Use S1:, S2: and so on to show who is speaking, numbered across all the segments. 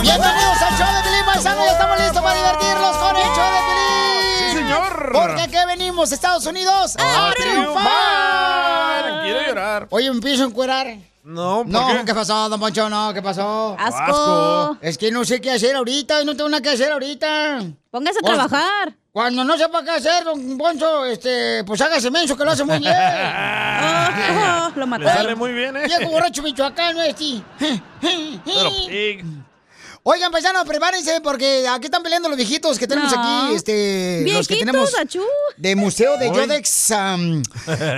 S1: Bienvenidos al show de Pilín, paisano. Ya estamos listos para divertirnos con el show de Pilín.
S2: Sí, señor.
S1: Porque aquí venimos, Estados Unidos, a,
S2: ¡A
S1: triunfar.
S2: triunfar! Quiero llorar.
S1: Oye, me empiezo a encuerar.
S2: No, ¿por
S1: No,
S2: qué?
S1: qué? pasó, don Poncho? No, ¿qué pasó?
S3: Asco.
S2: Asco.
S1: Es que no sé qué hacer ahorita, no tengo nada que hacer ahorita.
S3: Póngase a
S1: Vos-
S3: trabajar.
S1: Cuando no sepa qué hacer, don Poncho, este, pues hágase menso que lo hace muy bien.
S3: Oh, lo
S2: Le
S3: mató.
S2: sale muy bien, ¿eh?
S1: Viejo borracho michoacano, este.
S2: Pero pig.
S1: Oigan, paisanos, prepárense porque aquí están peleando los viejitos que tenemos
S3: No.
S1: aquí, este, los que
S3: Viejitos,
S1: tenemos
S3: achú.
S1: de Museo de
S2: Hoy.
S1: Yodex. am,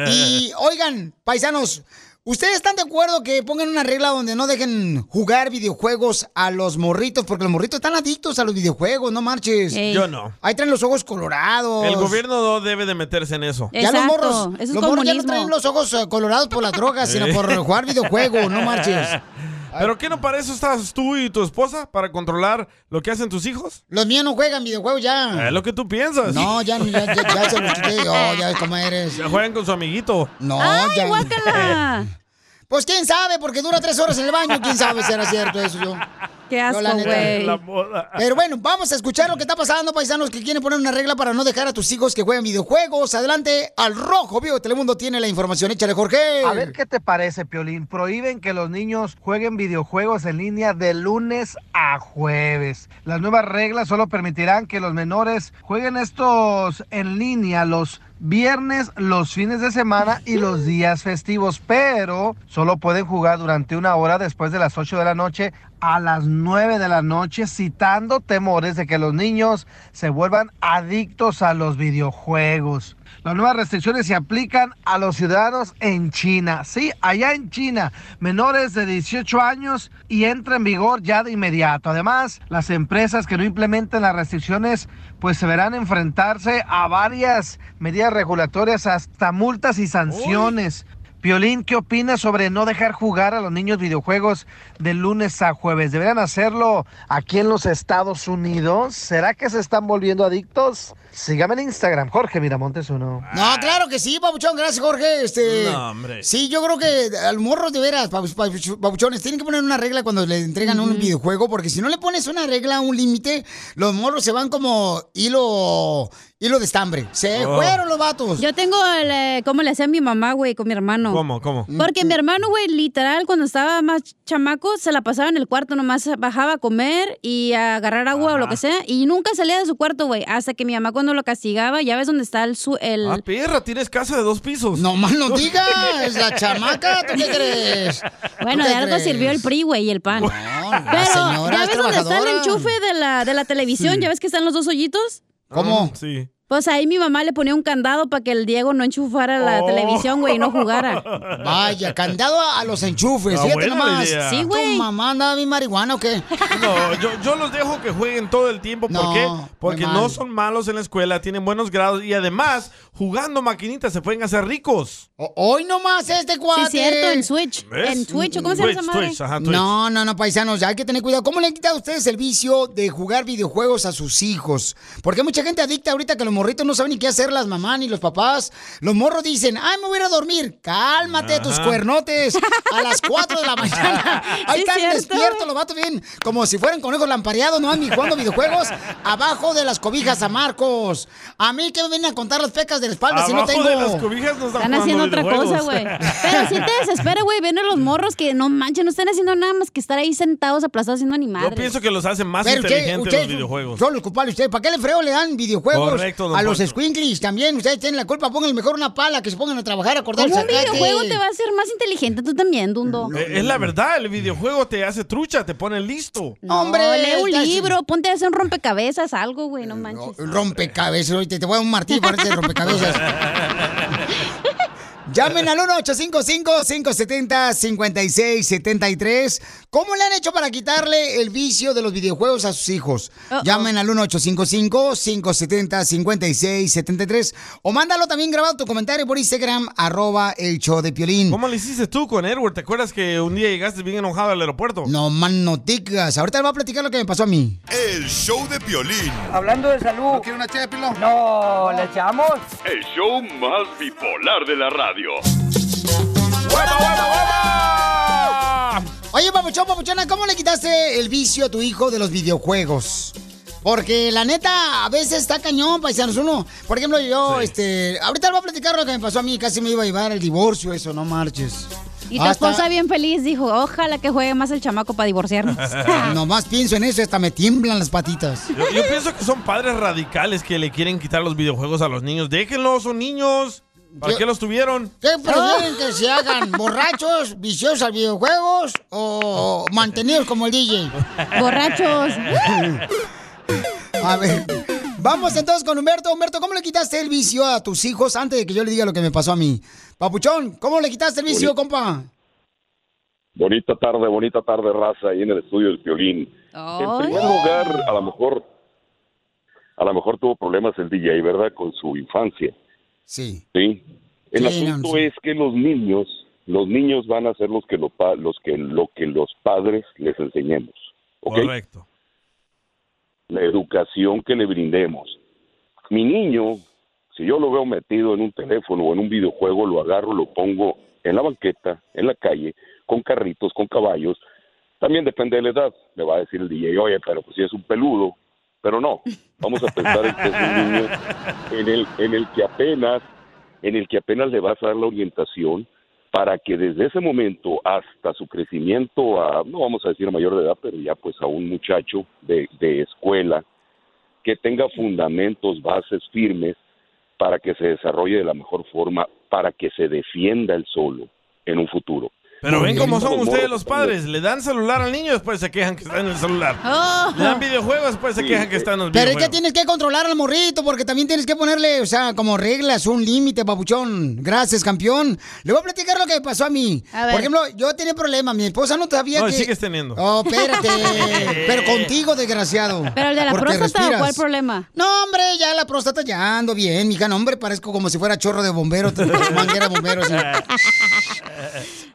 S1: y oigan, paisanos, ¿ustedes están de acuerdo que pongan una regla donde no dejen jugar videojuegos a los morritos? Porque los morritos están adictos a los videojuegos, no marches.
S3: Ey.
S2: Yo no.
S1: Ahí traen los ojos colorados.
S2: El gobierno no debe de meterse en eso.
S1: Ya los
S3: Exacto,
S1: morros,
S3: eso es
S1: los morros ya no
S3: comunismo.
S1: traen los ojos eh, colorados por las drogas, sino por jugar videojuegos, no marches.
S2: ¿Pero qué no para eso estás tú y tu esposa? ¿Para controlar lo que hacen tus hijos?
S1: Los míos no juegan videojuegos ya.
S2: Es lo que tú piensas.
S1: No, ya, ya, ya, ya se los quité yo, ya ves cómo eres.
S2: Ya Juegan con su amiguito.
S1: No,
S4: Ah,
S3: ¡Ay,
S1: ya.
S3: guácala!
S1: Pues quién sabe, porque dura tres horas en el baño, quién sabe será cierto eso yo.
S3: ¡Qué
S1: No, la
S3: asco,
S1: neta.
S3: güey!
S2: La moda.
S1: Pero bueno, vamos a escuchar lo que está pasando, paisanos que quieren poner una regla para no dejar a tus hijos que jueguen videojuegos. Adelante, al rojo, vivo. Telemundo tiene la información. Échale, Jorge.
S5: A ver qué te parece, Piolín. Prohíben que los niños jueguen videojuegos en línea de lunes a jueves. Las nuevas reglas solo permitirán que los menores jueguen estos en línea los viernes, los fines de semana y los días festivos, pero solo pueden jugar durante una hora después de las 8 de la noche a las 9 de la noche, citando temores de que los niños se vuelvan adictos a los videojuegos. Las nuevas restricciones se aplican a los ciudadanos en China. Sí, allá en China, menores de 18 años y entra en vigor ya de inmediato. Además, las empresas que no implementen las restricciones pues se verán enfrentarse a varias medidas regulatorias hasta multas y sanciones. Piolín, ¿qué opinas sobre no dejar jugar a los niños videojuegos de lunes a jueves? ¿Deberían hacerlo aquí en los Estados Unidos? ¿Será que se están volviendo adictos? Sígame en Instagram, Jorge Miramontes uno.
S1: No, claro que sí, Pabuchón, gracias, Jorge. Este,
S2: No, hombre.
S1: Sí, yo creo que al morro de veras, pabu- pabu- Pabuchones, tienen que poner una regla cuando le entregan un videojuego, porque si no le pones una regla, un límite, los morros se van como hilo, hilo de estambre. Se
S2: Oh.
S1: fueron los vatos.
S3: Yo tengo el, eh, cómo le hacía mi mamá, güey, con mi hermano.
S2: ¿Cómo? ¿Cómo?
S3: Porque mi hermano, güey, literal, cuando estaba más chamaco, se la pasaba en el cuarto, nomás bajaba a comer y a agarrar agua o lo que sea, y nunca salía de su cuarto, güey, hasta que mi mamá cuando lo castigaba, ya ves dónde está el... Su el...
S2: Ah, perra, tienes casa de dos pisos.
S1: No más no digas, la chamaca, ¿tú qué crees?
S3: bueno,
S1: ¿Tú
S3: de
S1: qué
S3: algo
S1: crees?
S3: sirvió el PRI, güey, y el PAN.
S1: No, la
S3: Pero,
S1: señora
S3: ¿ya
S1: es
S3: ves dónde está el
S1: trabajadora.
S3: enchufe de la, de la televisión? ¿Ya ves que están los dos hoyitos?
S1: ¿Cómo?
S2: Mm, Sí.
S3: Pues ahí mi mamá le ponía un candado para que el Diego no enchufara la
S2: Oh.
S3: televisión, güey, y no jugara.
S1: Vaya, candado a, a los enchufes,
S2: Ah,
S1: fíjate
S2: buena la
S1: nomás.
S2: idea.
S3: Sí,
S1: ¿Tu
S3: güey.
S1: mamá andaba bien marihuana o qué?
S2: No, yo, yo los dejo que jueguen todo el tiempo. ¿Por
S1: No,
S2: qué?
S1: muy
S2: Porque
S1: mal.
S2: no son malos en la escuela, tienen buenos grados y además, jugando maquinitas se pueden hacer ricos.
S1: O- Hoy nomás este
S3: Sí,
S1: cuate.
S3: cierto, en Switch.
S2: ¿Ves?
S3: En Twitch, ¿o ¿cómo se llama esa
S2: Twitch,
S3: madre?
S2: Twitch, ajá, Twitch.
S1: No, no, no, paisanos, hay que tener cuidado. ¿Cómo le han quitado a ustedes el vicio de jugar videojuegos a sus hijos? Porque hay mucha gente adicta ahorita que los morritos no saben ni qué hacer las mamás ni los papás. Los morros dicen, ay, me voy a ir a dormir. Cálmate, tus cuernotes. A las 4 de la mañana. Ahí
S3: Sí,
S1: están
S3: cierto.
S1: despiertos los vatos bien. Como si fueran conejos lampareados, no andan ni jugando videojuegos. Abajo de las cobijas a Marcos. A mí que me vienen a contar las pecas de la espalda si no
S2: Abajo
S1: tengo...
S2: de las cobijas no están, jugando
S3: Están haciendo otra
S2: videojuegos.
S3: cosa, güey. Pero sí te desespera, güey, ven a los morros que no manchen, no están haciendo nada más que estar ahí sentados aplazados haciendo ni
S2: Yo
S3: madre.
S2: pienso que los hacen más
S1: Pero usted-
S2: inteligentes
S1: ustedes
S2: los videojuegos.
S1: Son los culpables ustedes. ¿Para qué le freo le dan videojuegos
S2: Correcto, don
S1: a los
S2: Poncho.
S1: squinklies también? Ustedes tienen la culpa. Pónganle mejor una pala que se pongan a trabajar, a cortar el
S3: Como un
S1: zacate.
S3: videojuego te va a hacer más inteligente tú también, Dundo.
S2: Eh, es la verdad, el videojuego te hace trucha, te pone listo.
S3: No,
S1: Hombre,
S3: lee un
S1: ya es-
S3: libro, ponte a hacer un rompecabezas, algo, güey, no
S1: No,
S3: manches.
S1: Rompecabezas. Ahorita te voy a dar un martillo para este rompecabezas. Llamen al 1-855-570-5673. ¿Cómo le han hecho para quitarle el vicio de los videojuegos a sus hijos?
S3: Uh-oh.
S1: Llamen al 1-855-570-5673. O mándalo también grabado tu comentario por Instagram, arroba el show de Piolín.
S2: ¿Cómo le hiciste tú con Edward? ¿Te acuerdas que un día llegaste bien enojado al aeropuerto?
S1: No man, no digas. Ahorita le voy a platicar lo que me pasó a mí.
S6: El show de Piolín.
S7: Hablando de salud. ¿No quiere una chépilo? No, ¿le echamos?
S8: El show más bipolar de la radio.
S2: ¡Hueva, hueva, hueva!
S1: Oye, Oye, papuchón, papuchona, ¿cómo le quitaste el vicio a tu hijo de los videojuegos? Porque la neta, a veces está cañón, paisanos. Uno, por ejemplo, yo, este, ahorita le voy a platicar lo que me pasó a mí, casi me iba a llevar al divorcio, eso, no marches.
S3: Y tu
S1: Hasta-
S3: esposa bien feliz dijo, ojalá que juegue más el chamaco para divorciarnos.
S1: Nomás pienso en eso, hasta me tiemblan las patitas.
S2: Yo, yo pienso que son padres radicales que le quieren quitar los videojuegos a los niños. Déjenlos, son niños. ¿Para
S1: Yo-
S2: qué los tuvieron?
S3: Ah.
S1: ¿Qué prefieren que se hagan? ¿Borrachos, viciosos a videojuegos o mantenidos como el DJ?
S3: Borrachos.
S1: A ver, vamos entonces con Humberto. Humberto, ¿cómo le quitaste el vicio a tus hijos antes de que yo le diga lo que me pasó a mí? Papuchón, ¿cómo le quitaste el vicio, compa?
S9: Bonita tarde, bonita tarde, raza, ahí en el estudio del violín. En primer lugar, a lo mejor, a lo mejor tuvo problemas el DJ, ¿verdad? Con su infancia.
S1: Sí.
S9: Sí. El
S10: Sí, no,
S9: asunto
S10: sí.
S9: es que los niños, los niños van a ser los que lo pa- los que lo que los padres les enseñemos, ¿ok?
S2: Correcto.
S9: La educación que le brindemos. Mi niño, si yo lo veo metido en un teléfono o en un videojuego, lo agarro, lo pongo en la banqueta, en la calle, con carritos, con caballos. También depende de la edad. Me va a decir el DJ, oye, pero pues si es un peludo, pero no. Vamos a pensar en que es un niño en el, en el que apenas, en el que apenas le vas a dar la orientación para que desde ese momento hasta su crecimiento a, no vamos a decir mayor de edad, pero ya pues a un muchacho de, de escuela que tenga fundamentos, bases firmes para que se desarrolle de la mejor forma, para que se defienda el solo en un futuro.
S2: Pero ven cómo son
S9: Los
S2: ustedes
S9: morros
S2: los
S9: están
S2: padres. Le dan celular al niño, después se quejan que está en el celular.
S1: Oh.
S2: Le dan videojuegos, después se
S1: Sí,
S2: quejan que está en los
S1: Pero es que
S2: videojuegos.
S1: tienes que controlar al morrito, porque también tienes que ponerle, o sea, como reglas, un límite, papuchón. Gracias, campeón. Le voy a platicar lo que me pasó a mí.
S2: A ver.
S1: Por ejemplo, yo tenía problemas, mi esposa no sabía
S2: No, y
S1: que...
S2: sigues teniendo.
S1: Oh, espérate. Pero contigo, desgraciado.
S3: Pero el de la
S1: Porque
S3: próstata,
S1: respiras.
S3: ¿cuál problema?
S1: No, hombre, ya la próstata ya ando bien, mija. No, hombre, parezco como si fuera chorro de bombero, manguera de bombero. así.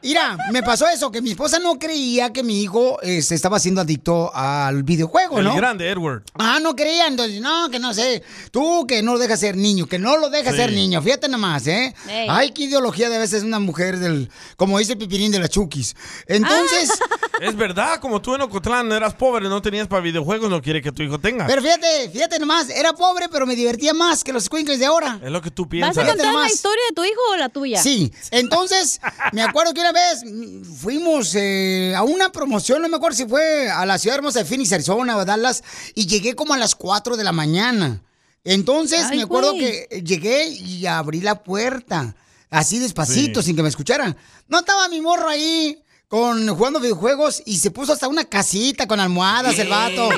S1: Mira, me pasó eso, que mi esposa no creía que mi hijo eh, se estaba haciendo adicto al videojuego,
S2: El
S1: ¿no?
S2: grande, Edward.
S1: Ah, no creía, entonces, no, que no sé. Tú que no lo dejas ser niño, que no lo dejas
S2: Sí.
S1: ser niño, fíjate nomás, ¿eh?
S2: Ey.
S1: Ay, qué ideología de a veces una mujer del, como dice el pipirín de las chukis. Entonces,
S2: Es verdad, como tú en Ocotlán eras pobre, no tenías para videojuegos, no quiere que tu hijo tenga.
S1: pero fíjate, fíjate nomás, era pobre, pero me divertía más que los cuincles de ahora.
S2: Es lo que tú
S3: ¿Vas
S2: piensas.
S3: a contar la historia de tu hijo o la tuya?
S1: Sí, entonces me acuerdo que una vez mm, fuimos eh, a una promoción, no me acuerdo si fue a la ciudad hermosa de Phoenix, Arizona o a Dallas, y llegué como a las 4 de la mañana. Entonces
S11: Ay,
S1: me acuerdo
S11: güey.
S1: que llegué y abrí la puerta, así despacito,
S11: Sí.
S1: sin que me escucharan. No estaba mi morro ahí. Con, jugando videojuegos y se puso hasta una casita con almohadas el vato.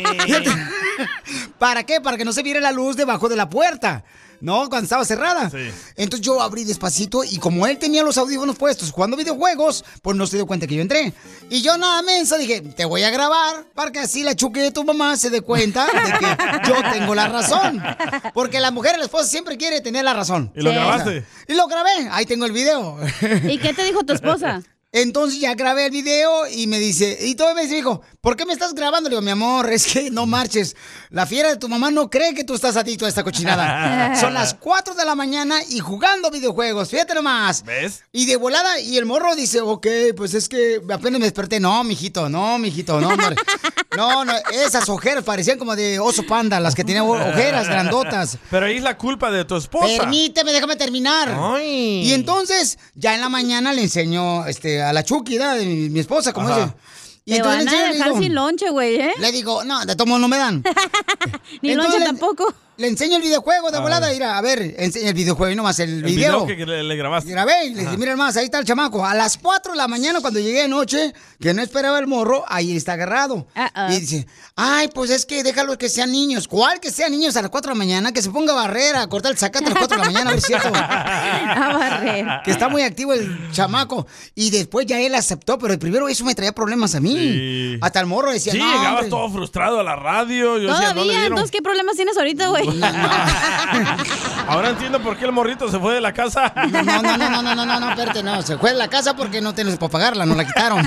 S1: ¿Para qué? Para que no se viera la luz debajo de la puerta, ¿no? Cuando estaba cerrada. Entonces yo abrí despacito y como él tenía los audífonos puestos jugando videojuegos, pues no se dio cuenta que yo entré. Y yo nada mensa dije, te voy a grabar para que así la chuque de tu mamá se dé cuenta de que yo tengo la razón. Porque la mujer, la esposa, siempre quiere tener la razón.
S2: ¿Y lo
S1: Sí.
S2: grabaste?
S1: Y lo grabé, ahí tengo el video.
S3: ¿Y qué te dijo tu esposa?
S1: Entonces ya grabé el video y me dice, y todo me dijo, ¿por qué me estás grabando? Le digo, mi amor, es que
S2: Mm.
S1: no marches. La fiera de tu mamá no cree que tú estás adicto a esta cochinada. Son las 4 de la mañana y jugando videojuegos, fíjate nomás.
S2: ¿Ves?
S1: Y de volada, y el morro dice, ok, pues es que apenas me desperté. No, mijito, no, mijito, no, no. No, no, esas ojeras parecían como de oso panda, las que tenían o- ojeras grandotas.
S2: Pero ahí es la culpa de tu esposa.
S1: Permíteme, déjame terminar. Y entonces, ya en la mañana le enseñó este, a la Chucky, ¿verdad? mi, mi esposa, como
S2: Ajá.
S1: dice. Y
S3: Te
S1: entonces
S3: van
S1: le
S3: a
S1: enseño y le
S3: dejar
S1: digo-
S3: sin lonche, güey, ¿eh?
S1: Le digo, no, de todos modos no me dan.
S3: Ni lonche tampoco.
S1: Le enseño el videojuego de
S2: A
S1: volada.
S2: ver.
S1: Mira, a ver, enseña el videojuego y nomás el,
S2: El
S1: video.
S2: video que le, le grabaste.
S1: Grabé y le
S2: Ajá.
S1: dije, miren más, ahí está el chamaco. A las 4 de la mañana, cuando llegué de noche, que no esperaba el morro, ahí está agarrado. Y dice, ay, pues es que déjalo que sean niños. ¿Cuál que sean niños a las 4 de la mañana? Que se ponga barrera, a cortar el sacate a las 4 de la mañana, a ver si es cierto.
S3: barrera.
S1: Que está muy activo el chamaco. Y después ya él aceptó, pero primero eso me traía problemas a mí.
S2: Sí.
S1: Hasta el morro decía,
S2: Sí,
S1: no,
S2: llegabas
S1: hombre".
S2: todo frustrado a la radio. Yo decía, no le
S3: Todavía,
S2: dieron.
S3: entonces, ¿qué problemas tienes ahorita, güey?
S2: Ahora entiendo por qué el morrito se fue de la casa.
S1: No, no, no, no, no, no, no, no, espérate, no. Se fue de la casa porque no tenés para pagarla, no la quitaron.
S12: El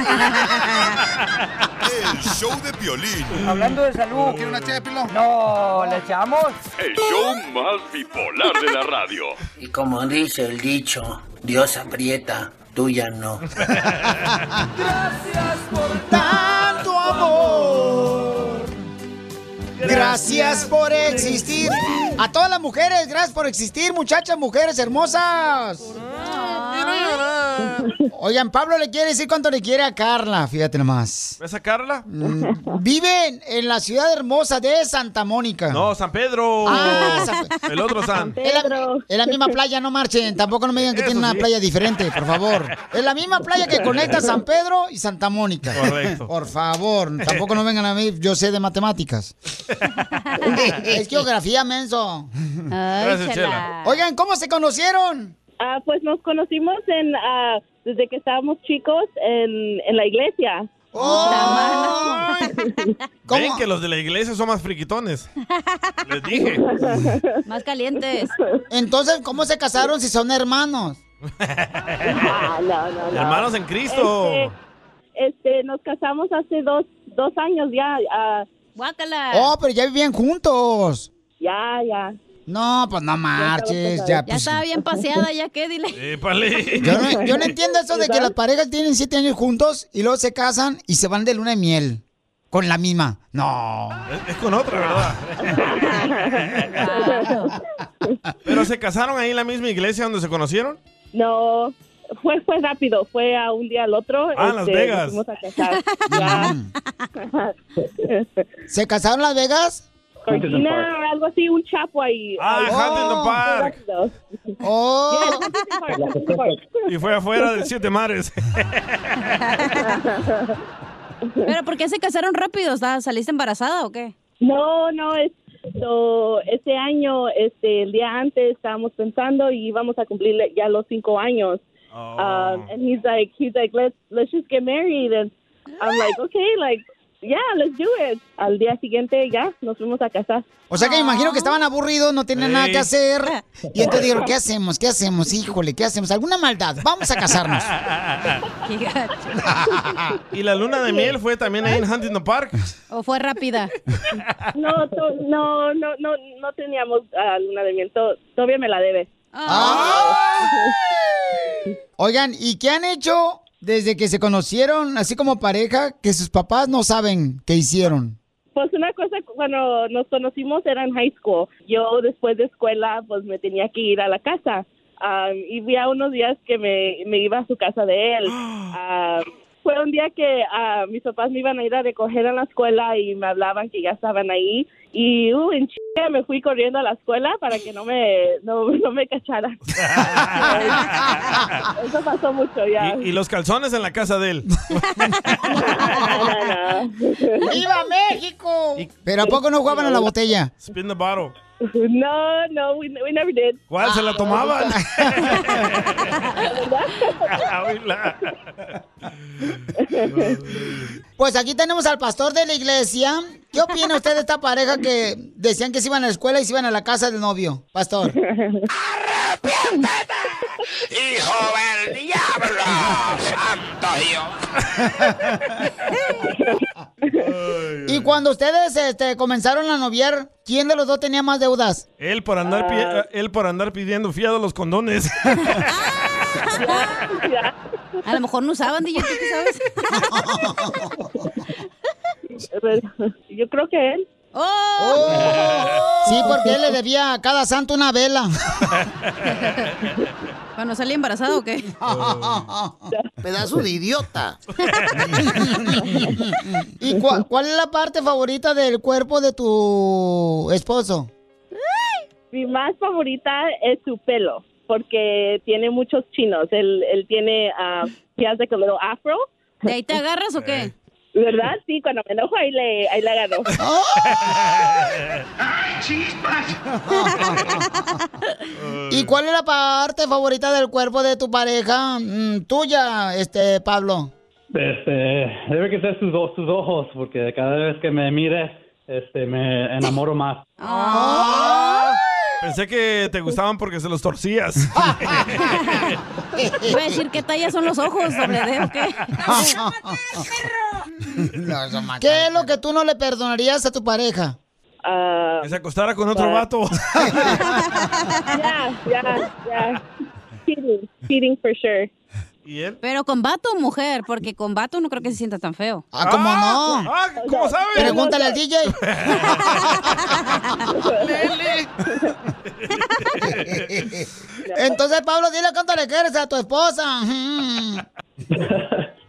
S12: show de violín.
S7: Hablando de salud. ¿Quiere una ché de pilón? No, ¿le echamos?
S13: El show más bipolar de la radio.
S4: Y como dice el dicho, Dios aprieta,
S10: Tú ya no.
S1: Gracias por tanto amor. Gracias por existir. A todas las mujeres, gracias por existir, muchachas, mujeres hermosas. Oigan, Pablo le quiere decir cuánto le quiere a Carla, fíjate nomás.
S2: ¿Ves a Carla?
S1: Mm. Viven en la ciudad hermosa de Santa Mónica.
S2: No, San Pedro.
S1: Ah, San-
S2: Oh. El otro San.
S1: Es la, es la misma playa, no marchen. Tampoco no me digan que tiene una playa diferente, por favor. Es la misma playa que conecta San Pedro y Santa Mónica.
S2: Correcto.
S1: Por favor, tampoco no vengan a mí, yo sé de matemáticas. es geografía, menso.
S14: Gracias, Chela.
S1: Oigan, ¿cómo se conocieron?
S14: Ah, pues nos conocimos en ah, desde que estábamos chicos en, en la iglesia.
S2: Ven que los de la iglesia son más friquitones. Les dije.
S1: Más calientes. Entonces, ¿cómo se casaron si son hermanos?
S14: no, no.
S2: Hermanos en Cristo.
S14: Este, este, nos casamos hace dos, dos años ya. ah.
S1: Oh, pero ya vivían juntos.
S14: Ya, ya.
S1: No, pues no marches. Ya,
S3: ya
S1: pues,
S3: estaba bien paseada, ya qué, dile.
S1: Yo no, yo no entiendo eso de que las parejas tienen siete años juntos y luego se casan y se van de luna de miel con la misma. No.
S2: Es, es con otra, ¿verdad? ¿Pero se casaron ahí en la misma iglesia donde se conocieron?
S14: No, fue fue rápido, fue a un día al otro. este,
S2: Ah, en Las Vegas.
S14: nos fuimos a casar. Ya.
S1: ¿Se casaron en Las Vegas?
S14: Cortina, algo así, un chapo ahí.
S2: Ah,
S14: Ahí.
S2: Huntington Park.
S14: Rápido.
S1: Oh.
S14: Yeah, Huntington Park.
S2: Y fue afuera del Siete Mares.
S3: Pero ¿por qué se casaron rápido? O sea, ¿Saliste embarazada o qué?
S14: No, no, es, so, este año, este, el día antes estábamos pensando y íbamos a cumplir ya los cinco años. Um, and he's like, he's like, let's, let's just get married. And I'm like, okay, like, yeah, let's do it. Al día siguiente ya nos fuimos a casar.
S1: O sea que me imagino que estaban aburridos, no tenían nada que hacer. Y entonces dijeron, ¿qué hacemos? ¿Qué hacemos? Híjole, ¿qué hacemos? ¿Alguna maldad? Vamos a casarnos.
S2: ¿Y la luna de miel fue también ahí en Huntington Park?
S14: ¿O fue rápida? no, to- no, no, no, no teníamos ah, luna de miel. To- todavía me la debes.
S1: Oigan, ¿y qué han hecho desde que se conocieron, así como pareja, que sus papás no saben qué hicieron?
S14: Pues una cosa, cuando nos conocimos era en high school. Yo después de escuela, pues me tenía que ir a la casa. Am, y vi a unos días que me, me iba a su casa de él. Am, fue un día que ah, mis papás me iban a ir a recoger a la escuela y me hablaban que ya estaban ahí. Y uh, en chica me fui corriendo a la escuela para que no me, no, no me cacharan. Eso pasó mucho ya.
S2: Y los calzones en la casa de él.
S1: ¡Viva México! ¿Pero a poco no jugaban a la botella?
S2: Spin the bottle.
S14: No, no, we, we never did.
S2: ¿Cuál?
S1: Ah,
S2: ¿Se la tomaban?
S1: Pues aquí tenemos al pastor de la iglesia. ¿Qué opina usted de esta pareja que decían que se iban a la escuela y se iban a la casa del novio? Pastor.
S10: ¡Hijo del diablo! ¡Santo
S1: y cuando ustedes este, comenzaron a noviar, ¿quién de los dos tenía más deudas?
S2: Él por andar, pi-
S1: Ah.
S2: él por andar pidiendo fiado los condones.
S3: A lo mejor no usaban de YouTube, ¿sabes?
S14: Yo creo que él.
S3: ¡Oh!
S1: Sí, porque él le debía a cada santo una vela.
S3: ¿Cuando salí embarazada o qué?
S1: Pedazo de idiota. ¿Y cua- cuál es la parte favorita del cuerpo de tu esposo?
S14: Mi más favorita es su pelo, porque tiene muchos chinos. Él, él tiene, ah, he has like a little afro.
S3: ¿De ahí te agarras o qué?
S14: ¿Verdad? Sí, cuando me enojo ahí le, ahí le agarro.
S3: Oh.
S1: ¿Y cuál es la parte favorita del cuerpo de tu pareja? Mm, tuya, este, Pablo.
S15: Este, debe que ser sus, o- sus ojos, porque cada vez que me mire, este, me enamoro más.
S2: Pensé que te gustaban porque se los torcías.
S3: Iba a decir qué talla son los ojos, doble D, o qué.
S1: ¿Qué es lo que tú no le perdonarías a tu pareja? Ah.
S2: Que se acostara con otro vato.
S14: yeah, yeah, yeah. Cheating, cheating for sure.
S2: ¿Y él?
S3: Pero con vato o mujer, porque con vato no creo que se sienta tan feo.
S1: Ah, ¿cómo no?
S2: Ah, ¿cómo sabes?
S1: Pregúntale al DJ. Entonces, Pablo, dile cuánto le quieres a tu esposa. Mm.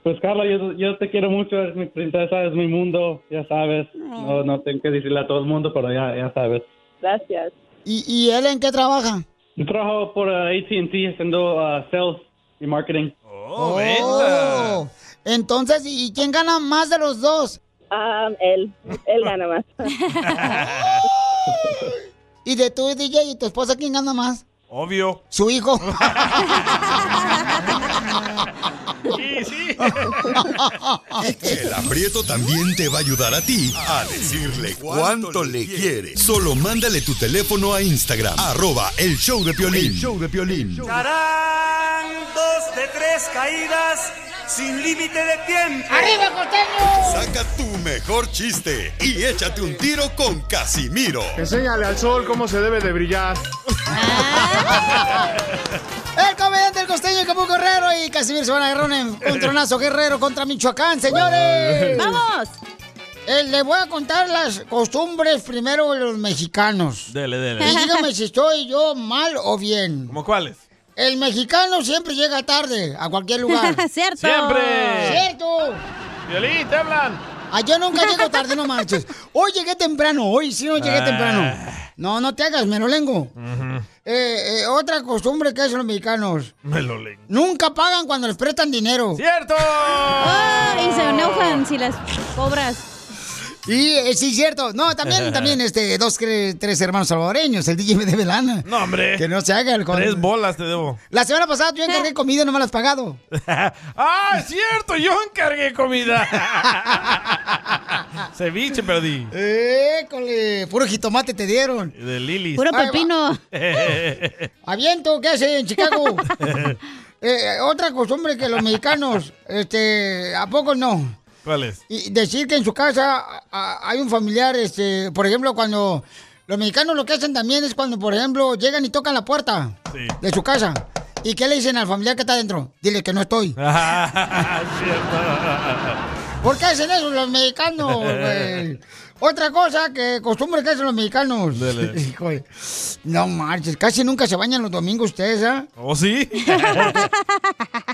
S16: Pues Carla, yo, yo te quiero mucho, eres mi princesa, es mi mundo, ya sabes. No, no tengo que decirle a todo el mundo, pero ya, ya sabes.
S14: Gracias.
S1: ¿Y, y él en qué trabaja?
S16: Yo trabajo por eh, AT&T haciendo ah, sales y marketing.
S1: Oh, Entonces, ¿y quién gana más de los dos?
S14: Ah, él. Él gana más.
S1: ¿Y de tú, DJ, y tu esposa, quién gana más?
S2: Obvio.
S1: Su hijo.
S2: Sí, sí.
S6: El aprieto también te va a ayudar a ti a decirle cuánto le quieres. Solo mándale tu teléfono a Instagram, arroba el show de Piolín. show de Piolín.
S10: Carán, dos de tres caídas, sin límite de tiempo.
S6: ¡Arriba,
S10: costeño!
S6: Saca tu mejor chiste y échate un tiro con Casimiro.
S17: Enséñale al sol cómo se debe de brillar.
S1: El comediante del costeño Capu Guerrero y Casimir se van a agarrar un encontronazo guerrero contra Michoacán, señores.
S3: ¡Vamos!
S1: Eh, les voy a contar las costumbres primero de los mexicanos.
S2: Dele, dele.
S1: Y dígame si estoy yo mal o bien.
S2: ¿Cómo cuáles?
S1: El mexicano siempre llega tarde a cualquier lugar.
S3: ¡Cierto!
S2: ¡Siempre!
S1: ¡Cierto!
S2: Violín, te hablan.
S1: Ah, yo nunca llego tarde, no marches. Hoy llegué temprano, hoy sí no llegué
S2: Ah.
S1: temprano. No, no te hagas, me lo lengo.
S2: Ujú.
S1: Eh, eh, otra costumbre que hacen los mexicanos.
S2: Me lo leí.
S1: Nunca pagan cuando les prestan dinero.
S2: ¡Cierto!
S3: y se enojan si las cobras.
S1: Y eh, sí, cierto. No, también, también, este, dos, cre- tres hermanos salvadoreños. El DJ me debe lana.
S2: No, hombre.
S1: Que no se haga el con-
S2: Tres bolas te debo.
S1: La semana pasada yo
S3: Eh.
S1: encargué comida y no me la has pagado.
S2: ¡Ah, es cierto! Yo encargué comida. Ceviche perdí.
S1: ¡École! Puro jitomate te dieron.
S2: De Lilis.
S1: Puro pepino. Aviento, ¿qué hace en Chicago? Eh, otra costumbre que los mexicanos, este, ¿a poco no?
S2: ¿Cuál es?
S1: Y decir que en su casa a- a- hay un familiar, este, por ejemplo, cuando los mexicanos lo que hacen también es cuando, por ejemplo, llegan y tocan la puerta
S2: Sí.
S1: de su casa. ¿Y qué le dicen al familiar que está adentro? Dile que no estoy.
S2: cierto.
S1: ¿Por qué hacen eso los mexicanos, güey? Otra cosa que costumbre que hacen los mexicanos.
S2: Dele.
S1: Híjole. No marches, casi nunca se bañan los domingos ustedes, ¿ah?
S2: ¿O ¿Oh, sí?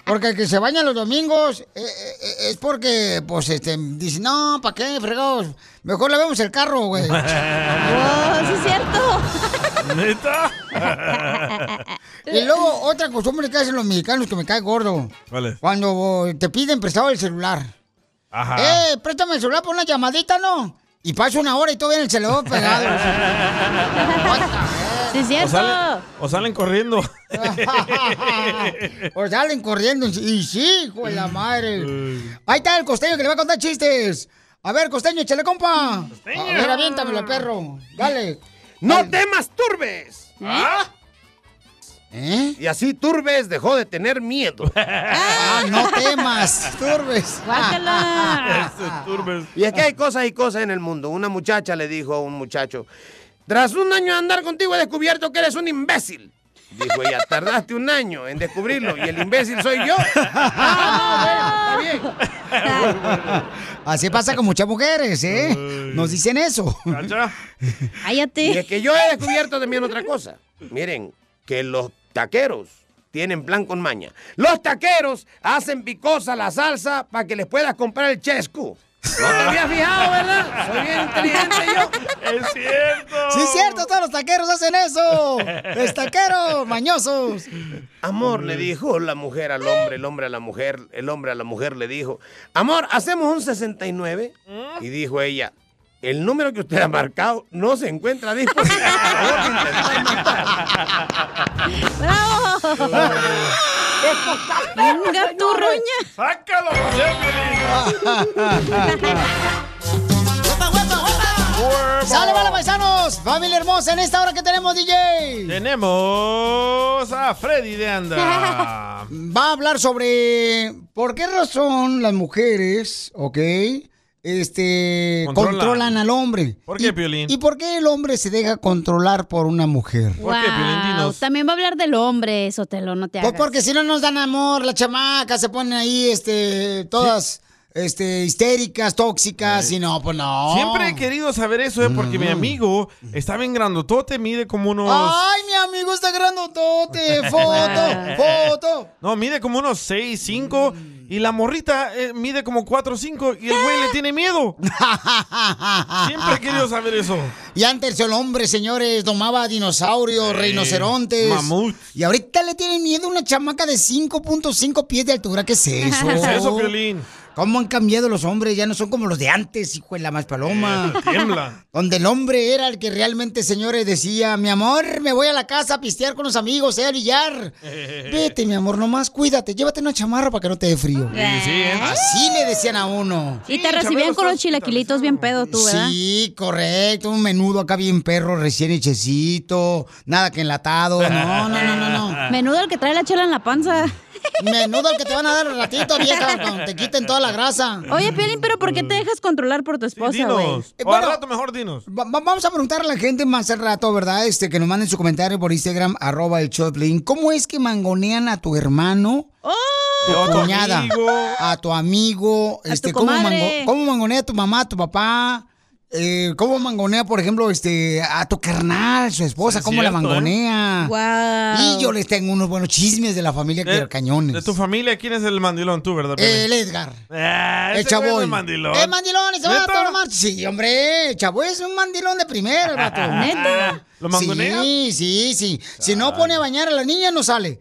S1: Porque el que se baña los domingos eh, eh, eh, es porque, pues, este, dice, no, ¿para qué, fregados? Mejor le vemos el carro, güey.
S3: ¡Oh, sí es cierto!
S2: ¿Neta?
S1: Y luego, otra costumbre que hacen los mexicanos que me cae gordo.
S2: ¿Cuál es?
S1: Cuando eh, te piden prestado el celular.
S2: Ajá.
S1: ¡Eh, préstame el celular por una llamadita, no! Y pasa una hora y todavía en el celular pegado.
S3: ¡Sí es
S2: O,
S3: cierto!
S2: salen, o salen corriendo.
S1: o salen corriendo. Y sí, hijo de la madre. Ahí está el costeño que le va a contar chistes. A ver, costeño, échale compa. A ver, aviéntamelo, perro. Dale.
S18: ¡No te masturbes!
S2: ¿Ah?
S1: ¿Eh?
S18: Y así Turbes dejó de tener miedo.
S1: Ah, no temas, Turbes.
S3: Guácala.
S18: Y es que hay cosas y cosas en el mundo. Una muchacha le dijo a un muchacho, tras un año de andar contigo he descubierto que eres un imbécil. Dijo ella, tardaste un año en descubrirlo y el imbécil soy yo. Ah, no, bueno, está bien.
S1: Así pasa con muchas mujeres, ¿eh? Nos dicen eso.
S18: Y es que yo he descubierto también otra cosa. Miren, que los taqueros tienen plan con maña. Los taqueros hacen picosa la salsa para que les puedas comprar el chesco. No te habías fijado, ¿verdad? Soy bien inteligente yo.
S2: ¡Es cierto!
S1: Sí, es cierto, todos los taqueros hacen eso. Los taqueros, mañosos.
S18: Amor, le dijo la mujer al hombre, el hombre a la mujer, el hombre a la mujer le dijo, amor, hacemos un 69. Y dijo ella, el número que usted ha marcado no se encuentra disponible.
S3: ¡Bravo! ¡Venga, tu ruña!
S2: ¡Sácalo!
S1: Ah. ¡Sale, vale, paisanos! ¡Familia hermosa! En esta hora que tenemos, DJ.
S2: Tenemos a Freddy de Anda.
S1: Va a hablar sobre por qué razón las mujeres, ¿ok? este,
S2: Controlan.
S1: controlan. al hombre.
S2: ¿Por qué, Piolín?
S1: ¿Y por qué el hombre se deja controlar por una mujer?
S3: Wow, también va a hablar del hombre, Sotelo, no te hagas.
S1: Pues porque si no nos dan amor, las chamacas se ponen ahí, este, todas, este, histéricas, tóxicas, y no, pues no.
S2: Siempre he querido saber eso, ¿eh? Porque mi amigo está bien grandotote, mide como unos...
S1: ¡Ay, mi amigo está grandotote! ¡Foto! ¡Foto! Mm.
S2: No, mide como unos 6, 5 y la morrita eh, mide como 4, 5 y el güey le tiene miedo. Siempre he querido saber eso.
S1: Y antes el hombre, señores, domaba dinosaurios,
S2: Sí.
S1: rinocerontes.
S2: Mamut.
S1: Y ahorita le tienen miedo a una chamaca de 5.5 pies de altura. ¿Qué es eso?
S2: ¿Qué es eso, Piolín?
S1: ¿Cómo han cambiado los hombres? Ya no son como los de antes, hijo de la más paloma.
S2: Eh, tiembla.
S1: Donde el hombre era el que realmente, señores, decía, mi amor, me voy a la casa a pistear con los amigos, eh, a billar.
S2: Eh.
S1: Vete, mi amor, nomás cuídate, llévate una chamarra para que no te dé frío.
S2: ¿eh?
S1: Así le decían a uno.
S3: Y te recibían con los chilaquilitos bien pedo tú, ¿verdad?
S1: Sí, correcto, un menudo acá bien perro, recién hechecito, nada que enlatado, no, no, no, no, no.
S3: Menudo el que trae la chela en la panza.
S1: Menudo el que te van a dar ratito, vieja, cuando te quiten toda la grasa.
S3: Oye, Piolín, ¿pero por qué te dejas controlar por tu esposa, güey?
S1: Eh, bueno,
S2: mejor dinos.
S1: va- va- vamos a preguntarle a la gente más al rato, ¿verdad? Este, que nos manden su comentario por Instagram, arroba el Choplin. ¿Cómo es que mangonean a tu hermano?
S3: Oh.
S1: tu
S2: O a tu
S1: cuñada,
S2: amigo.
S1: a tu amigo, este,
S2: tu
S1: ¿cómo,
S2: comadre.
S1: mango- cómo mangonea a tu mamá, a tu papá, Eh, cómo mangonea, por ejemplo, este, a tu carnal, su esposa,
S2: Sí, es
S1: cómo la
S2: cierto, ¿eh?
S1: mangonea.
S3: Wow.
S1: Y yo les tengo unos buenos chismes de la familia que
S2: De,
S1: cañones.
S2: Eh, de tu familia, ¿quién es el mandilón? Tú, ¿verdad? Piolín?
S1: El Edgar.
S2: Ah,
S1: El
S2: ese güey
S1: chavoy.
S2: es mandilón.
S1: El mandilón, ese
S2: ¿Neta?
S1: vato, no marches. Sí, hombre, el chavoy es un mandilón de primera, el vato.
S2: ¿Neta? ¿Lo mangonea?
S1: Sí, sí, sí. Si no pone a bañar a la niña, no sale.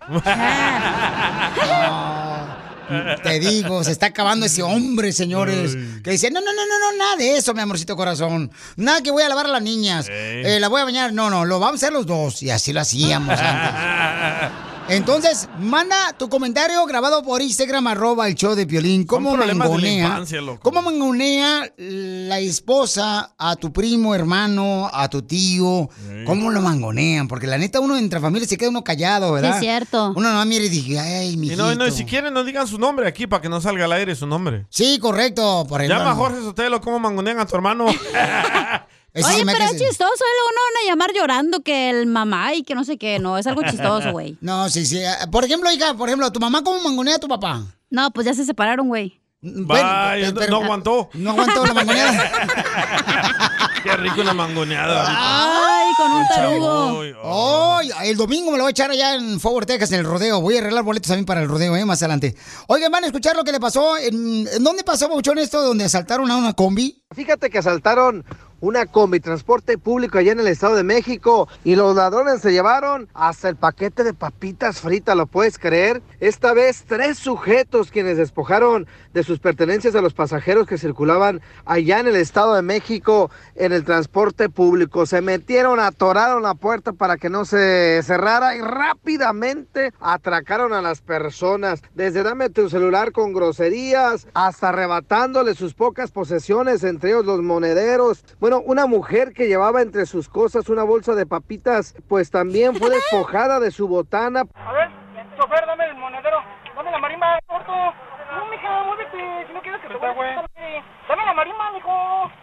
S1: Te digo, se está acabando ese hombre, señores. Que dice, no, no, no, no, no, nada de eso, mi amorcito corazón. Nada que voy a lavar a las niñas. Eh, la voy a bañar. No, no, lo vamos a hacer los dos. Y así lo hacíamos antes. Entonces, manda tu comentario grabado por Instagram, arroba el show de Piolín. ¿Cómo
S2: problemas de la
S1: mangonea?
S2: infancia, loco.
S1: ¿Cómo mangonea la esposa a tu primo, hermano, a tu tío? ¿Cómo lo mangonean? Porque la neta, uno entre familia se queda uno callado, ¿verdad?
S2: Sí, es
S3: cierto.
S1: Uno no mira y dice, ay, mi
S2: Y no, y no, y si quieren, no digan su nombre aquí para que no salga al aire su nombre.
S1: Sí, correcto. Por ejemplo.
S2: Llama a Jorge Sotelo, ¿cómo mangonean a tu hermano?
S3: Oye, pero es chistoso, luego uno van a llamar llorando que el mamá y que no sé qué, no, es algo chistoso, güey.
S1: No, sí, sí. Por ejemplo, hija, por ejemplo, ¿tu mamá cómo mangonea a tu papá?
S3: No, pues ya se separaron, güey.
S2: Vaya,
S1: pero-
S2: no aguantó.
S1: No aguantó la mangoneada. Ah.
S2: Qué rico una mangoneada.
S3: Ay, con oh, un
S2: tarugo.
S1: Ay, el domingo me lo voy a echar allá en Forward, Texas, en el rodeo. Voy a arreglar boletos también para el rodeo, ¿eh? Más adelante. Oigan, van a escuchar lo que le pasó. ¿En, en dónde pasó, Bauchón, esto donde asaltaron a una combi?
S5: Fíjate que asaltaron una combi transporte público allá en el Estado de México y los ladrones se llevaron hasta el paquete de papitas fritas, ¿lo puedes creer? Esta vez tres sujetos quienes despojaron de sus pertenencias a los pasajeros que circulaban allá en el Estado de México en el transporte público. Se metieron, atoraron la puerta para que no se cerrara y rápidamente atracaron a las personas. Desde dame tu celular con groserías hasta arrebatándole sus pocas posesiones, entre ellos los monederos. Bueno, una mujer que llevaba entre sus cosas una bolsa de papitas, pues también fue despojada de su botana.
S19: A ver, chofer, dame el monedero. Dame la marimba, corto. No, mija, muévete. Si no quieres que te vaya a quitar, Dame la marimba, mijo.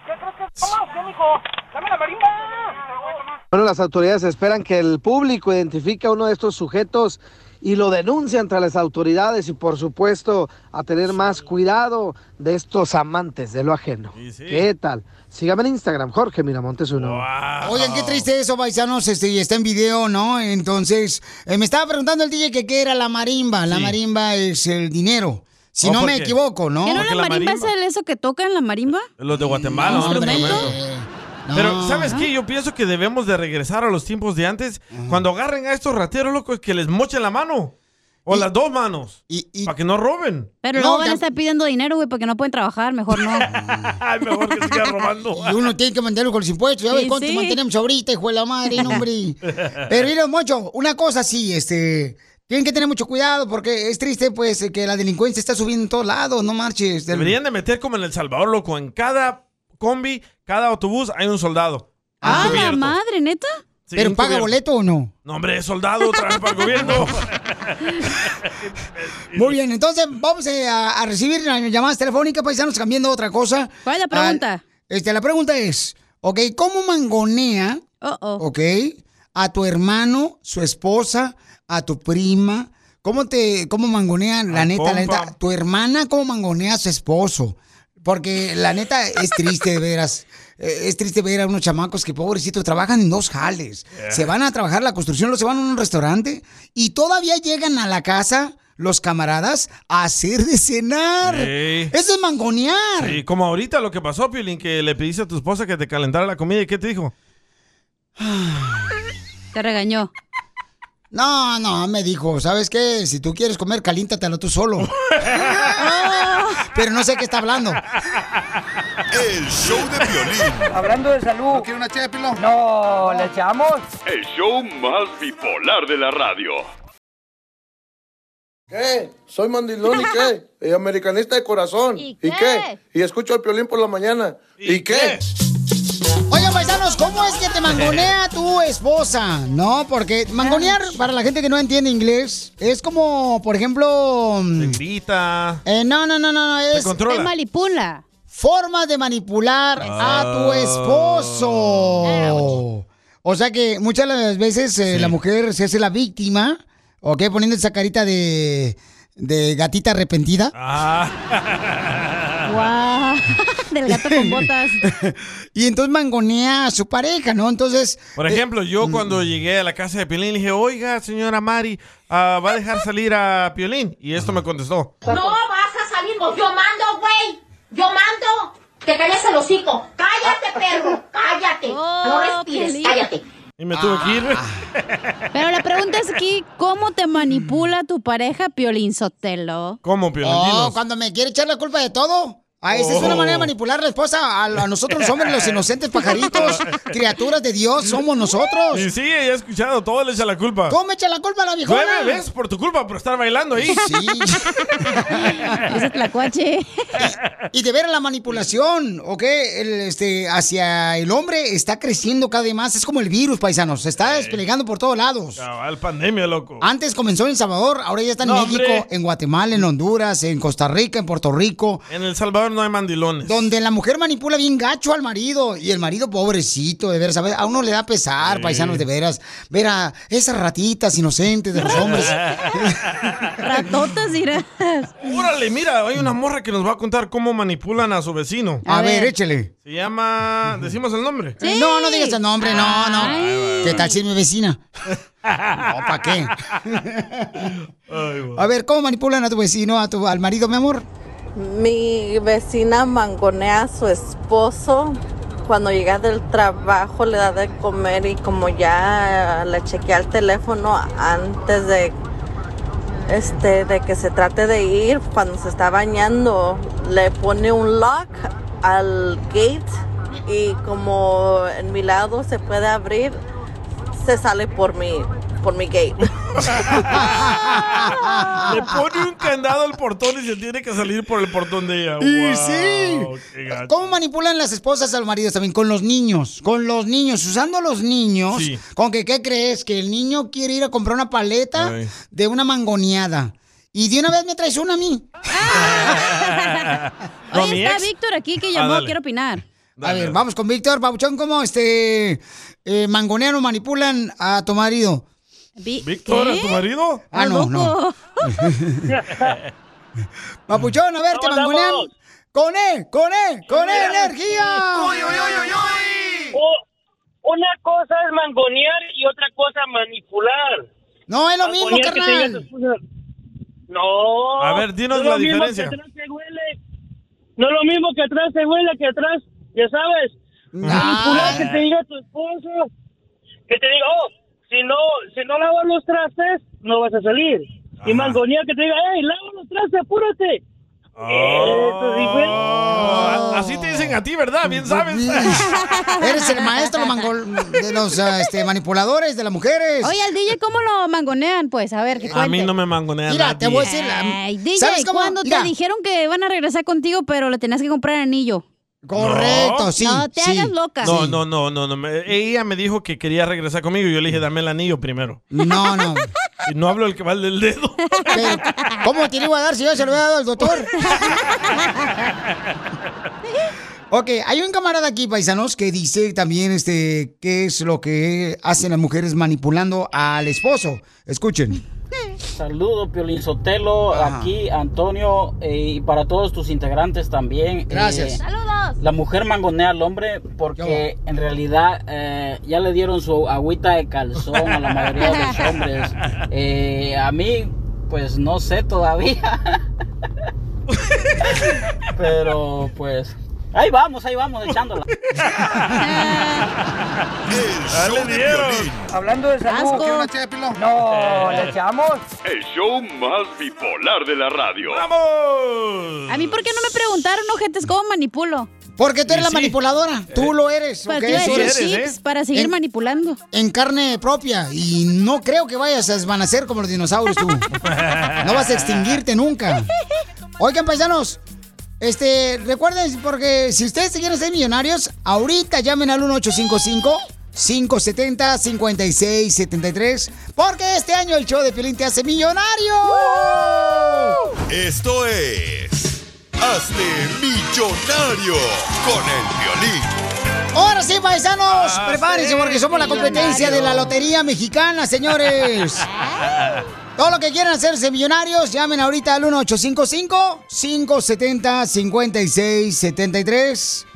S19: ¿Qué crees que es toma? ¿Qué, mijo? Dame la marimba.
S5: Bueno, las autoridades esperan que el público identifique a uno de estos sujetos y lo denuncie ante las autoridades y por supuesto a tener más cuidado de estos amantes de lo ajeno. ¿Qué tal? Sígame en Instagram, Jorge Miramontes uno.
S1: Oigan, qué triste eso, paisanos. Este, y está en video, ¿no? Entonces, eh, me estaba preguntando el DJ que qué era la marimba. La
S3: Sí.
S1: marimba es el dinero. Si
S2: Oh,
S1: no
S2: ¿por
S1: me
S2: qué?
S1: equivoco, ¿no?
S3: ¿Qué no la marimba es el eso que toca en la marimba?
S2: Los de Guatemala, ¿no?
S3: ¿Instrumento?
S2: Pero, ¿sabes qué? Yo pienso que debemos de regresar a los tiempos de antes. Cuando agarren a estos rateros, locos, que les mochen la mano. O las dos manos. para que no roben.
S3: Pero luego van a estar pidiendo dinero, güey, porque no pueden trabajar, mejor no.
S2: Ay, mejor que siga robando.
S1: Y uno tiene que mantenerlo con los impuestos. Ya ves
S3: Sí,
S1: cuánto
S3: sí.
S1: mantenemos ahorita, hijo de la madre, no, hombre. Pero mira, Mocho, una cosa sí, este. Tienen que tener mucho cuidado porque es triste, pues, que la delincuencia está subiendo en todos lados, no marches. Del-
S2: Deberían de meter como en El Salvador, loco. En cada combi, cada autobús hay un soldado.
S3: ¡Ah, la
S2: Encubierto.
S3: madre, neta!
S1: ¿Pero paga
S2: gobierno.
S1: boleto o no?
S2: No, hombre, es soldado, trabaja para el gobierno.
S1: Muy bien, entonces vamos eh, a, a recibir las llamadas telefónicas, paisanos, cambiando a otra cosa.
S3: ¿Cuál es la pregunta?
S1: este, la pregunta es, ok, ¿cómo mangonea, ok, a tu hermano, su esposa, a tu prima? ¿Cómo te, cómo mangonean, la
S5: Al
S1: neta, la
S5: compa.
S1: neta, tu hermana, cómo mangonea a su esposo? Porque la neta es triste, de veras. Eh, Es triste ver a unos chamacos que, pobrecito, trabajan en dos jales.
S5: Yeah.
S1: Se van a trabajar la construcción, luego se van a un restaurante y todavía llegan a la casa los camaradas a hacer de cenar.
S2: Sí.
S1: Eso es mangonear.
S2: Y como ahorita lo que pasó, Piolín, que le pediste a tu esposa que te calentara la comida. ¿Y qué te dijo?
S3: Te regañó.
S1: No, no, me dijo, ¿sabes qué? Si tú quieres comer, caliéntatelo tú solo. Pero no sé qué está hablando.
S20: El show de violín.
S7: Hablando de salud. ¿No quiere una ché, Pilón? No, ¿le echamos?
S13: El show más bipolar de la radio.
S21: ¿Qué? Soy mandilón y qué? Y americanista de corazón. ¿Y qué? ¿Y, escucho el piolín por la mañana. ¿Y, qué?
S1: Oigan, paisanos, ¿cómo es que te mangonea tu esposa? No, porque mangonear, para la gente que no entiende inglés, es como, por ejemplo... mm,
S2: Grita.
S1: eh, no, no, no, no, no, es...
S2: controla. Te
S1: manipula. Forma de manipular
S2: Ah.
S1: a tu esposo. O sea que muchas de las veces eh, la mujer se hace la víctima, ¿ok? Poniendo esa carita de, de gatita arrepentida.
S2: Ah.
S3: Guau. Del gato con botas.
S1: Y entonces mangonea a su pareja, ¿no? Entonces...
S2: Por
S1: eh,
S2: ejemplo, yo cuando llegué a la casa de Piolín, le dije, oiga, señora Mari, ah, ¿va a dejar salir a Piolín? Y esto me contestó.
S22: No vas a salir, no, yo mando, güey. Yo mando. Te calles el hocico. Cállate, perro. Cállate. no respires,
S3: Piolín.
S22: cállate.
S2: Y me tuve que ir.
S1: Ah.
S3: Pero la pregunta es aquí, ¿cómo te manipula tu pareja, Piolín Sotelo?
S2: ¿Cómo, Piolín?
S1: Oh,
S2: Dinos.
S1: cuando me quiere echar la culpa de todo. Ah, esa es una
S2: Oh.
S1: manera de manipular a la esposa. A, a nosotros los hombres, los inocentes pajaritos, criaturas de Dios, somos nosotros.
S2: Y sí, ella ha escuchado, todo le echa la culpa.
S1: ¿Cómo me echa la culpa a la viejona?
S2: Nueve veces por tu culpa por estar bailando ahí.
S1: Sí.
S3: Ese tlacuache.
S1: Y de ver la manipulación, ¿ok? El, este, hacia el hombre está creciendo cada vez más. Es como el virus, paisanos. Se está desplegando por todos lados.
S2: Cabal, pandemia, loco.
S1: Antes comenzó en El Salvador, ahora ya está en
S2: No,
S1: México,
S2: hombre.
S1: en Guatemala, en Honduras, en Costa Rica, en Puerto Rico.
S2: En El Salvador no hay mandilones.
S1: Donde la mujer manipula bien gacho al marido y el marido pobrecito, de veras, a, ver, a uno le da pesar,
S2: Sí.
S1: paisanos, de veras, ver a esas ratitas inocentes de los hombres.
S3: Ratotas, dirás.
S2: Órale, mira, hay una morra que nos va a contar cómo manipulan a su vecino.
S1: A ver, échele.
S2: Se llama... ¿Decimos el nombre?
S1: No, no digas el nombre, no, no.
S2: Ay.
S1: ¿Qué tal si es mi vecina? No, ¿para qué? A ver, ¿cómo manipulan a tu vecino, a tu, al marido, mi amor?
S23: Mi vecina mangonea a su esposo. Cuando llega del trabajo le da de comer y como ya le chequea el teléfono antes de este de que se trate de ir, cuando se está bañando, le pone un lock al gate y como en mi lado se puede abrir, se sale por mi por mi gate.
S2: Le pone un candado al portón y se tiene que salir por el portón de ella.
S1: Y
S2: Wow, qué
S1: sí.
S2: gacho.
S1: ¿Cómo manipulan las esposas a los maridos también? Con los niños. Con los niños. Usando a los niños.
S2: Sí.
S1: Con que, ¿qué crees? Que el niño quiere ir a comprar una paleta
S2: Ay.
S1: de una mangoneada. Y de una vez me traes una a mí.
S2: No, mi
S3: Oye, está
S2: ex.
S3: Víctor aquí que
S1: Ah,
S3: llamó,
S1: dale.
S3: quiero opinar.
S1: a ver, vamos con Víctor. Pabuchón, ¿cómo este, eh, mangonean o manipulan a tu marido?
S2: ¿Víctor, a tu marido?
S1: Ah, no, no. Papuchón, a ver, te mangonean. Con él, con él, con él, energía.
S10: O- Oh, una cosa es mangonear y otra cosa manipular.
S1: No, es lo mismo,
S10: Mangonear que te diga
S1: carnal.
S10: tu
S24: Pues,
S10: esposa,
S24: eh,
S10: No.
S2: A ver, dinos
S10: no es lo
S2: la
S10: mismo que
S2: diferencia.
S10: atrás se huele. No es lo mismo que atrás se huele que atrás, ya sabes. Manipular que te diga tu esposo. Que te diga, oh, si no, si no lavas los trastes, no vas a salir. Y mangonear que te diga, hey, lava los trastes, apúrate. Eso sí fue.
S2: Oh, así te dicen a ti, ¿verdad? Bien sabes.
S1: Eres el maestro mangol de los ah, este, manipuladores de las mujeres.
S3: Oye, al DJ, ¿cómo lo mangonean? Pues, a ver, que
S2: A mí
S3: cuente.
S2: no me mangonean.
S1: Mira, te voy a decir.
S3: Ay, DJ,
S1: ¿sabes cómo?
S3: cuando
S1: Mira.
S3: te dijeron que van a regresar contigo, pero le tenías que comprar anillo.
S1: Correcto, sí.
S3: No te
S1: sí.
S3: hagas loca.
S2: No, no, no, no, no. me- Ella me dijo que quería regresar conmigo y yo le dije, dame el anillo primero.
S1: No, no.
S2: Y no hablo el que va del dedo.
S1: ¿Cómo te le iba a dar si yo se lo había dado al doctor? ok, hay un camarada aquí, paisanos, que dice también este qué es lo que hacen las mujeres manipulando al esposo. Escuchen.
S25: Saludos, Piolín Sotelo,
S1: Ajá.
S25: aquí Antonio eh, y para todos tus integrantes también.
S1: Gracias.
S25: Saludos. La mujer mangonea al hombre porque en realidad eh, ya le dieron su agüita de calzón a la mayoría de los hombres. Eh, a mí, pues no sé todavía. Pero pues ahí vamos, ahí vamos echándola.
S7: Hablando de salud.
S25: Asco.
S7: ¿quiere una ché de pilón? No,
S13: Eh.
S7: ¿le echamos?
S13: El show más bipolar de la radio.
S2: ¡Vamos!
S3: A mí, ¿por qué no me preguntaron, ojetes, cómo manipulo?
S1: Porque tú eres la manipuladora. Tú lo Eh, eres.
S3: Eh,
S1: ¿eh?
S3: Para,
S1: ¿ok?
S3: ti iba a decir chips, para seguir
S1: En-
S3: manipulando.
S1: En carne propia. Y no creo que vayas a desvanecer como los dinosaurios tú. No vas a extinguirte nunca. Oigan, paisanos. Este, recuerden, porque si ustedes se quieren ser millonarios, ahorita llamen al 1855 570 5673 porque este año el show de Piolín te hace millonario.
S6: Esto es. Hazte millonario con el violín.
S1: Ahora sí, paisanos, prepárense porque somos la competencia de la
S6: millonario.
S1: Lotería Mexicana, señores. Todo lo que quieran hacerse millonarios, llamen ahorita al 1855-570-5673.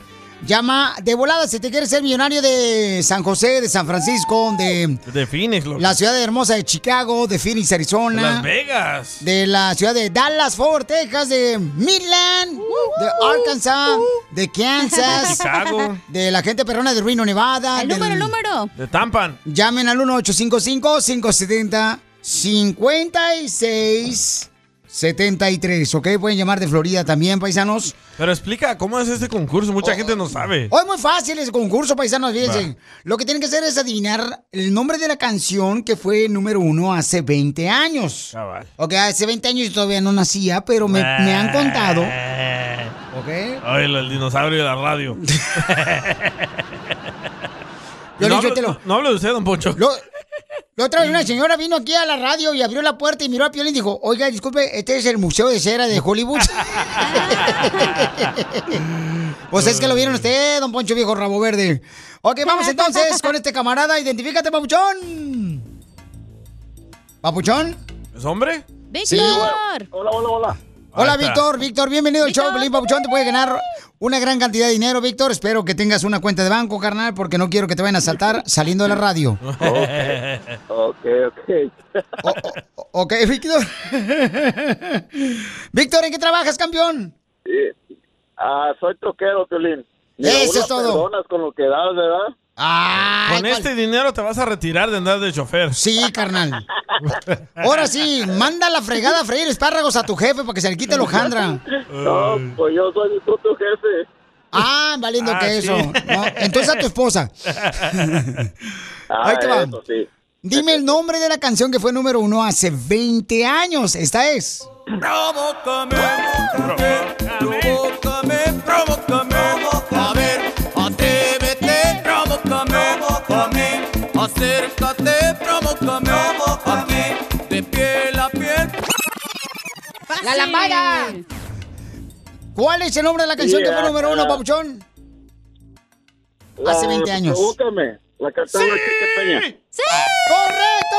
S1: Llama de volada si te quieres ser millonario de San José, de San Francisco, de
S2: De Phoenix, loco.
S1: la ciudad hermosa de Chicago, de Phoenix, Arizona.
S2: Las Vegas.
S1: De la ciudad de Dallas, Fort Worth, Texas, de Midland, de
S3: Uh-huh.
S1: Arkansas, de Kansas,
S2: Chicago.
S1: de la gente perrona de Reno, Nevada.
S3: El
S1: del-
S3: número, el número.
S2: De Tampan.
S1: Llamen al 1-855-570-5673, ¿ok? Pueden llamar de Florida también, paisanos.
S2: Pero explica cómo es este concurso. Mucha gente no sabe.
S1: Hoy muy fácil el concurso, paisanos, fíjense.
S2: Va.
S1: Lo que tienen que hacer es adivinar el nombre de la canción que fue número uno hace 20 años. Ok, hace 20 años yo todavía no nacía, pero me, me han contado. ¿Ok?
S2: Eh. Ay, el, el dinosaurio de la radio.
S1: Yo
S2: no,
S1: le- yo te
S2: hablo, no hablo de usted, don Poncho.
S1: La otra vez una señora vino aquí a la radio y abrió la puerta y miró a Piolín y dijo, oiga, disculpe, este es el Museo de Cera de Hollywood. pues es que lo vieron usted, don Poncho Viejo Rabo Verde. Ok, vamos entonces con este camarada. Identifícate, papuchón. ¿Papuchón?
S2: ¿Es hombre?
S1: Sí.
S26: Hola, hola, hola.
S1: Hola,
S26: Ahí está.
S1: Víctor. Víctor, bienvenido al show, Pelín Papuchón. Te puede ganar una gran cantidad de dinero, Víctor. Espero que tengas una cuenta de banco, carnal, porque no quiero que te vayan a saltar saliendo de la radio.
S26: Ok, ok.
S1: Ok, Víctor. Víctor, ¿en qué trabajas, campeón?
S26: Sí. Ah, soy troquero, Piolín.
S1: Eso
S26: una
S1: es todo.
S26: perdonas con lo que das, ¿verdad?
S2: Con este dinero te vas a retirar de andar de chofer.
S1: Sí, carnal. Ahora sí, manda la fregada a freír espárragos a tu jefe para que se le quite el hojandra.
S26: No, pues yo soy mi propio jefe.
S1: Ah, valiendo
S26: Ah,
S1: que
S26: sí.
S1: eso. No, entonces a tu esposa.
S26: Ah,
S1: Ahí te va.
S26: eso sí.
S1: Dime el nombre de la canción que fue número uno hace 20 años. Esta es.
S10: Provócame, provócame, provócame, a ver, atrévete, provócame, provócame, acércate, provócame, aquí, de piel a piel.
S1: ¡La lambada! ¿Cuál es el nombre de la canción que fue
S26: Yeah.
S1: número uno, papuchón? Hace
S26: La-
S1: 20 años.
S26: Provócame. La cantaba Chique
S10: Eh,
S26: Peña.
S1: ¡Sí! ¡Correcto!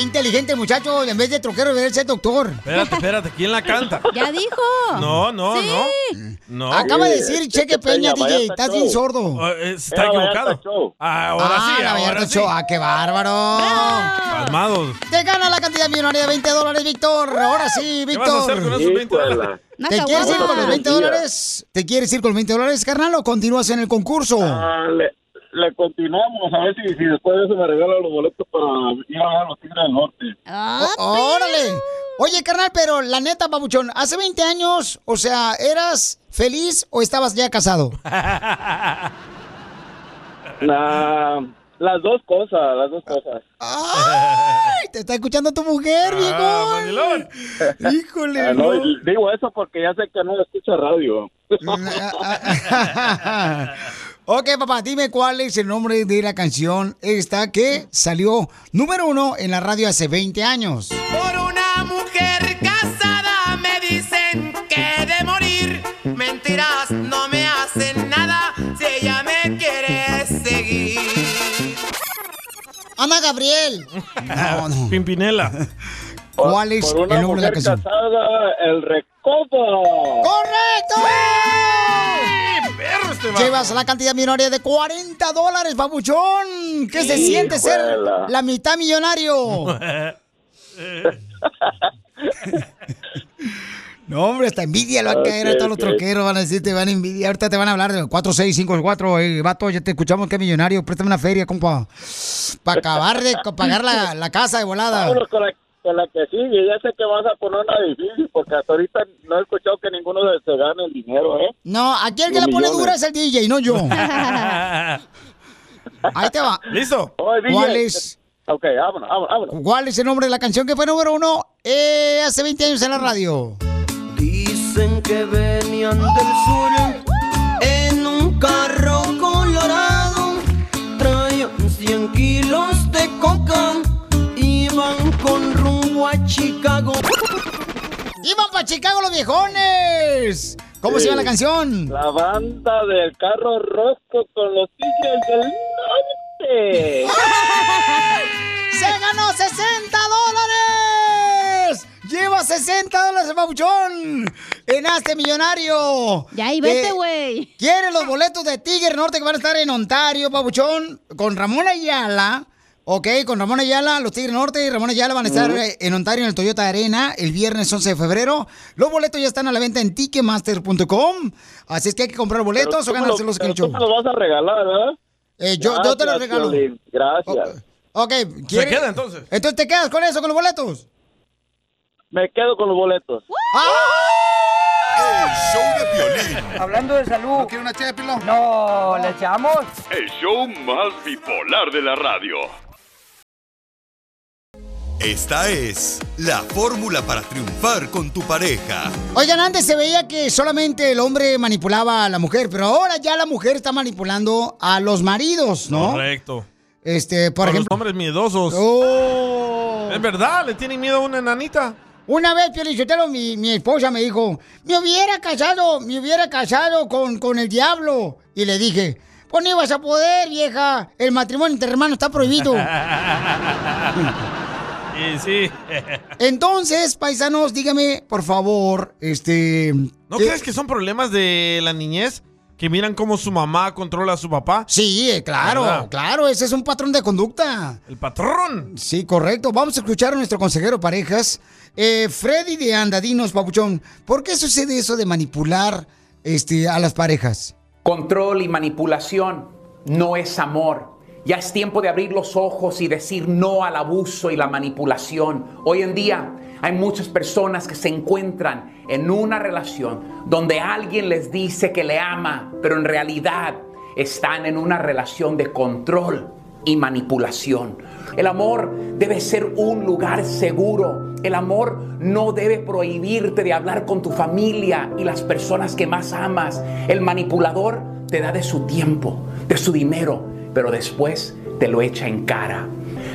S1: Inteligente muchacho, en vez de troquero debería ser doctor.
S2: Espérate, espérate, ¿quién la canta?
S1: Ya dijo.
S2: No, no,
S1: Sí.
S2: no. No.
S1: Acaba de decir Cheque Peña, DJ, estás bien sordo.
S2: Ah, eh, Está equivocado. Ahora
S1: Ah,
S2: sí,
S1: la
S2: ahora
S1: Vallarta
S2: sí.
S1: Show. Ah, qué bárbaro.
S2: Calmados.
S1: Te gana la cantidad millonaria de 20 dólares, Víctor. Ahora sí,
S2: ¿Qué vas a
S1: Víctor.
S2: hacer con esos 20 dólares?
S1: ¿Te quieres ir con los 20
S26: Día.
S1: dólares? ¿Te quieres ir con los 20 dólares, carnal, o continúas en el concurso?
S26: Ah, le, le continuamos a ver si, si después de eso me regala los boletos para ir a ver a los Tigres del Norte.
S1: Ó- Oh, ¡Órale! Oye, carnal, pero la neta, babuchón, hace 20 años, o sea, ¿eras feliz o estabas ya casado?
S26: Nah, las dos cosas, las dos cosas.
S1: ¡Ay! Te está escuchando tu mujer,
S10: Ah,
S1: viejón. Híjole.
S26: Ah, no,
S1: no.
S26: digo eso porque ya sé que no escucha radio.
S1: ok, papá, dime cuál es el nombre de la canción esta que salió número uno en la radio hace 20 años.
S10: Por una mujer casada me dicen que he de morir. Mentiras no me hacen nada si ella me quiere seguir.
S1: Ana Gabriel.
S2: Pimpinela.
S1: ¿Cuál es
S26: Por una
S1: el nombre de la
S26: mujer
S1: canción?
S26: casada, el recodo.
S1: ¡Correcto! Llevas la cantidad millonaria de 40 dólares, babuchón. ¿Qué se
S26: Hijuela.
S1: siente ser la mitad millonario? No, hombre, hasta envidia lo va a caer a
S10: Ok,
S1: todos los
S10: ok.
S1: troqueros. Van a decir, te van a envidiar. Ahorita te van a hablar de 4654. Eh, vato, ya te escuchamos que millonario. Préstame una feria, compa. Para acabar de co- pagar la, la casa de volada.
S26: Vámonos con la, con la que sigue. Ya sé que vas a poner una difícil porque hasta ahorita no he escuchado que ninguno de se gane el dinero, ¿eh?
S1: No, aquí el que la pone
S26: Millones.
S1: dura es el DJ, no yo. Ahí te va.
S26: ¿Listo? Oye, Oh, DJ.
S1: ¿Cuál es?
S26: Ok, vámonos, vámonos, vámonos.
S1: ¿Cuál es el nombre de la canción que fue número uno eh, hace 20 años en la radio?
S10: Dicen que venían del sur en un carro colorado. Traían 100 kilos de coca. Iban con rumbo a Chicago.
S1: ¡Iban para Chicago los viejones! ¿Cómo se
S26: Sí.
S1: llama la canción?
S26: La banda del carro rojo con los tigres del norte.
S1: ¡Se ganó 60 dólares! ¡Lleva 60 dólares, babuchón! ¡En este millonario! Ya, y
S3: vete,
S1: güey. ¿Quieres los boletos de Tiger Norte que van a estar en Ontario, babuchón? Con Ramón Ayala. Ok, con Ramón Ayala, los Tigres Norte y Ramón Ayala van a estar
S10: Ujú.
S1: eh, en Ontario en el Toyota Arena el viernes 11 de febrero. Los boletos ya están a la venta en ticketmaster.com. Así es que hay que comprar boletos o
S26: Pero tú me
S1: ganárselos en
S26: pero
S1: el show.
S26: Tú me los vas a regalar, ¿verdad?
S1: Eh, yo- yo te los regalo.
S26: Piolín, Gracias.
S1: Ok, ¿quieres?
S26: queda, entonces?
S1: Entonces te quedas con eso, con los boletos.
S26: Me quedo con los boletos.
S7: Hablando de salud. ¿No quiere una ché de pilón? No, ¿le echamos?
S13: El show más bipolar de la radio.
S6: Esta es la fórmula para triunfar con tu pareja.
S1: Oigan, antes se veía que solamente el hombre manipulaba a la mujer, pero ahora ya la mujer está manipulando a los maridos, ¿no?
S2: Correcto.
S1: Este, por
S2: A los
S1: ejemplo. Oh.
S2: hombres miedosos. Es verdad, le tienen miedo a una enanita.
S1: Una vez, Piolichotero, mi, mi esposa me dijo, me hubiera casado, me hubiera casado con, con el diablo. Y le dije, pues no ibas a poder, vieja. El matrimonio entre hermanos está prohibido.
S2: y sí.
S1: Entonces, paisanos, dígame, por favor, este...
S2: ¿No
S1: ¿qué-
S2: crees que son problemas de la niñez? Que miran cómo su mamá controla a su papá.
S1: Sí, eh, Claro, claro, ese es un patrón de conducta.
S2: El patrón.
S1: Sí, correcto. Vamos a escuchar a nuestro consejero parejas, eh, Freddy de Andadinos, Papuchón. ¿Por qué sucede eso de manipular este, a las parejas?
S8: Control y manipulación no es amor. Ya es tiempo de abrir los ojos y decir no al abuso y la manipulación. Hoy en día hay muchas personas que se encuentran en una relación donde alguien les dice que le ama, pero en realidad están en una relación de control y manipulación. El amor debe ser un lugar seguro. El amor no debe prohibirte de hablar con tu familia y las personas que más amas. El manipulador te da de su tiempo, de su dinero, pero después te lo echa en cara.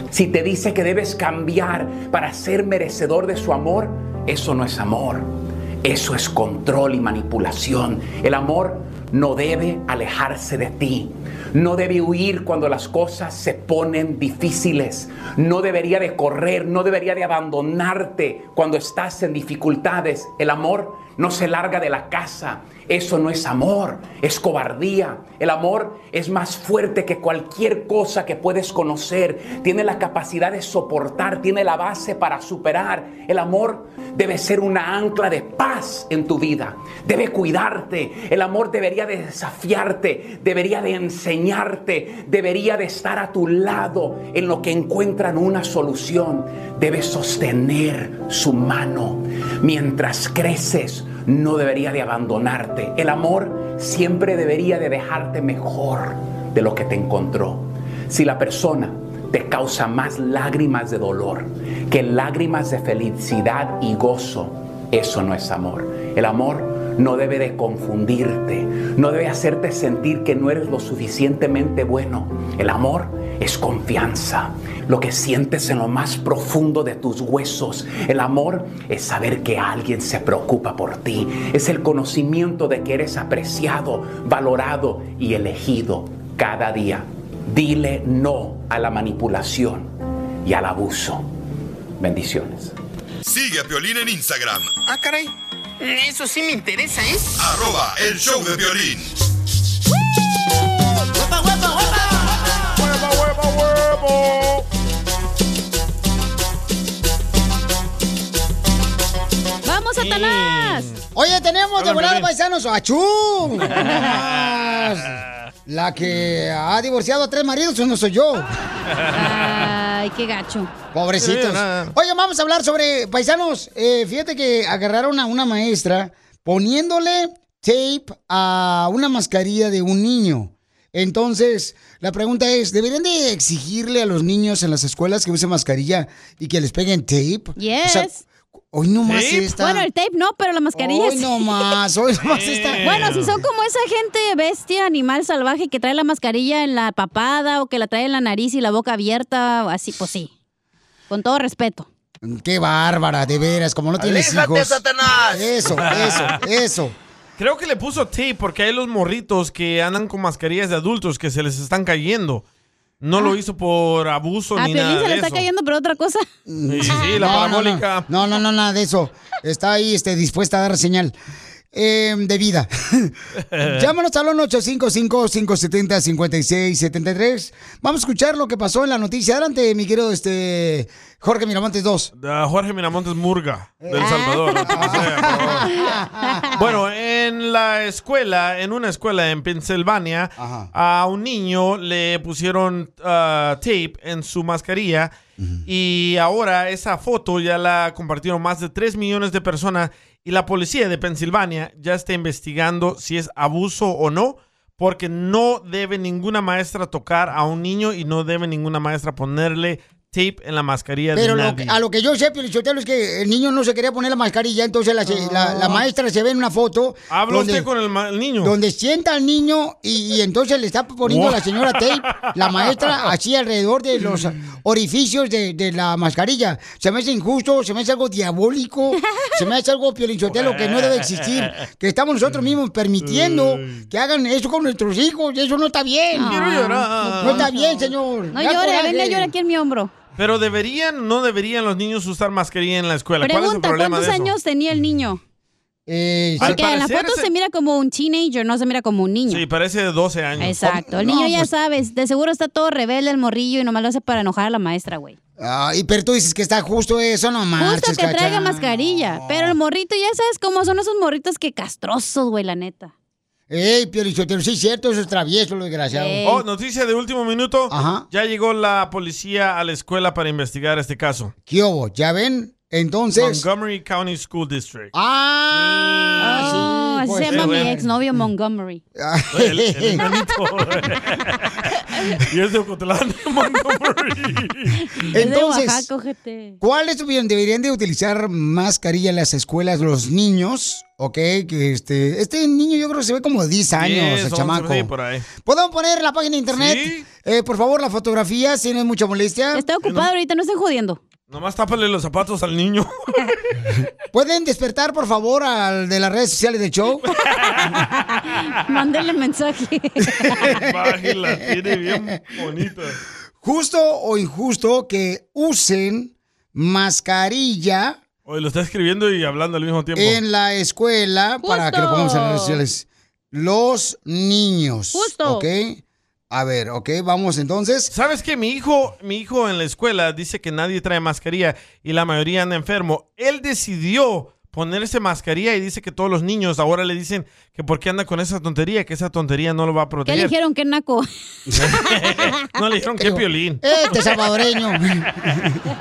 S8: Si te dice que debes cambiar para ser merecedor de su amor, eso no es amor. Eso es control y manipulación. El amor no debe alejarse de ti. No debe huir cuando las cosas se ponen difíciles. No debería de correr, no debería de abandonarte cuando estás en dificultades. El amor no se larga de la casa. Eso no es amor, es cobardía. El amor es más fuerte que cualquier cosa que puedes conocer. Tiene la capacidad de soportar, tiene la base para superar. El amor debe ser una ancla de paz en tu vida. Debe cuidarte. El amor debería de desafiarte, debería de enseñarte, debería de estar a tu lado en lo que encuentran una solución. Debe sostener su mano mientras creces no debería de abandonarte. El amor siempre debería de dejarte mejor de lo que te encontró. Si la persona te causa más lágrimas de dolor que lágrimas de felicidad y gozo. Eso no es amor. El amor no debe de confundirte, no debe hacerte sentir que no eres lo suficientemente bueno. El amor es confianza, lo que sientes en lo más profundo de tus huesos. El amor es saber que alguien se preocupa por ti, es el conocimiento de que eres apreciado, valorado y elegido cada día. Dile no a la manipulación y al abuso. Bendiciones.
S6: Sigue a Piolín en Instagram.
S10: Ah, caray. Eso sí me interesa, ¿eh?
S6: Arroba el show de violín.
S10: ¡Huepa, huepa, huepa! ¡Huepa, huepa, huevo!
S3: ¡Vamos, Satanás!
S1: Oye, tenemos de
S3: Habla,
S1: volada pues.
S3: Piolín.
S1: paisanos a Chu. La que ha divorciado a tres maridos, no soy yo.
S3: Ay, qué gacho.
S1: Pobrecitos. Oye, vamos a hablar sobre paisanos. eh, fíjate que agarraron a una maestra poniéndole tape a una mascarilla de un niño. Entonces, la pregunta es, ¿deberían de exigirle a los niños en las escuelas que usen mascarilla y que les peguen tape? O sea,
S3: Yes.
S1: hoy no más
S3: ¿Tape?
S1: esta.
S3: Bueno, el tape no, pero la mascarilla
S1: Hoy
S3: sí.
S1: no más, hoy no más esta.
S3: Bueno, si son como esa gente bestia, animal salvaje que trae la mascarilla en la papada o que la trae en la nariz y la boca abierta, o así, pues sí. Con todo respeto.
S1: Qué bárbara, de veras, como no tienes
S2: ¡Aléjate,
S1: hijos.
S2: Satanás!
S1: Eso, eso, eso.
S2: Creo que le puso tape porque hay los morritos que andan con mascarillas de adultos que se les están cayendo. No
S1: Ah.
S2: lo hizo por abuso
S3: A
S2: Pues ni nada
S3: Ah, Piolín se
S2: de
S3: le está
S2: eso.
S3: cayendo, pero otra cosa.
S2: Sí, sí, la parabólica.
S1: Ah, No, no, no, nada de eso. Está ahí este, dispuesta a dar señal eh, de vida.
S2: Eh.
S1: Llámanos al 855-570-5673. Vamos a escuchar lo que pasó en la noticia. Adelante, mi querido este, Jorge Miramontes 2.
S2: Ah, Jorge Miramontes Murga, del
S3: Ah.
S2: Salvador. lo que sea, por favor. bueno, en la escuela, en una escuela en Pensilvania, a un niño le pusieron ah, tape en su mascarilla y ahora esa foto ya la compartieron más de 3 millones de personas y la policía de Pensilvania ya está investigando si es abuso o no. Porque no debe ninguna maestra tocar a un niño y no debe ninguna maestra ponerle tape en la mascarilla
S1: Pero
S2: de
S1: lo
S2: nadie.
S1: que- a lo que yo sé, Pio Lichotelo, es que el niño no se quería poner la mascarilla, entonces la, la- la maestra se ve en una foto.
S2: Ah. Habla
S1: donde-
S2: usted con el, ma- el niño.
S1: Donde sienta al niño y, y entonces le está poniendo
S2: Wow.
S1: la señora tape, la maestra, así alrededor de los orificios de, de la mascarilla. Se me hace injusto, se me hace algo diabólico, se me hace algo piolinchotelo que no debe existir, que estamos nosotros mismos permitiendo que hagan eso con nuestros hijos, y eso no está bien.
S2: Quiero llorar.
S1: No está bien, señor.
S3: No
S1: Ya
S3: llore,
S1: coraje.
S3: venga, llora aquí en mi hombro.
S2: Pero deberían, no deberían los niños usar mascarilla en la escuela. ¿Cuál es el
S3: Pregunta,
S2: problema
S3: ¿cuántos
S2: de eso?
S3: años tenía el niño?
S2: Al
S3: Porque en la
S2: parecer
S3: foto
S2: ese-
S3: se mira como un teenager, no se mira como un niño.
S2: Sí, parece de 12 años.
S3: Exacto. El niño
S2: pues,
S3: ya sabes, de seguro está todo rebelde el morrillo y nomás lo hace para enojar a la maestra, güey.
S1: Ay, pero tú dices que está justo eso, no
S3: Justo
S1: marches,
S3: que traiga
S1: Cacha.
S3: mascarilla. Pero el morrito, ya sabes cómo son esos morritos que castrosos, güey, la neta.
S1: Ey, Piolichotero, sí es cierto, eso es travieso, lo desgraciado.
S2: Oh, noticia de último minuto.
S1: Ajá.
S2: Ya llegó la policía a la escuela para investigar este caso.
S1: ¿Qué hubo? ¿Ya ven? Entonces...
S2: Montgomery County School District.
S1: Ah,
S3: Oh,
S1: sí.
S3: así
S1: pues,
S3: se llama
S1: sí,
S3: mi
S1: güey.
S3: exnovio Montgomery.
S2: El, el enanito. y es de Ocotlán.
S1: Entonces,
S3: es de Oaxaca, ojete.
S1: ¿Cuál es tu opinión? ¿Deberían de utilizar mascarilla en las escuelas los niños? ¿Ok? Que este, este niño yo creo que se ve como de 10 años,
S2: 10,
S1: el
S2: 11,
S1: chamaco.
S2: sí, por ahí.
S1: ¿Podemos poner la página de internet? Eh, por favor, la fotografía, si no hay mucha molestia.
S3: Está ocupado ahorita, no estén jodiendo.
S2: Nomás tápale los zapatos al niño.
S1: ¿Pueden despertar, por favor, al de las redes sociales del show?
S3: Mándale mensaje.
S2: Bájela, tiene bien bonita.
S1: Justo o injusto que usen mascarilla
S2: Oye, lo está escribiendo y hablando al mismo tiempo.
S1: en la escuela para que lo pongamos en las redes sociales. Los niños.
S2: Justo.
S1: ¿Ok? A ver, ok, vamos entonces.
S2: ¿Sabes qué? Mi hijo, mi hijo en la escuela dice que nadie trae mascarilla y la mayoría anda enfermo. Él decidió ponerse mascarilla y dice que todos los niños ahora le dicen que por qué anda con esa tontería, que esa tontería no lo va a
S3: ¿Qué le
S2: proteger.
S3: dijeron? ¿Qué naco?
S2: no le dijeron que piolín.
S1: Este salvadoreño.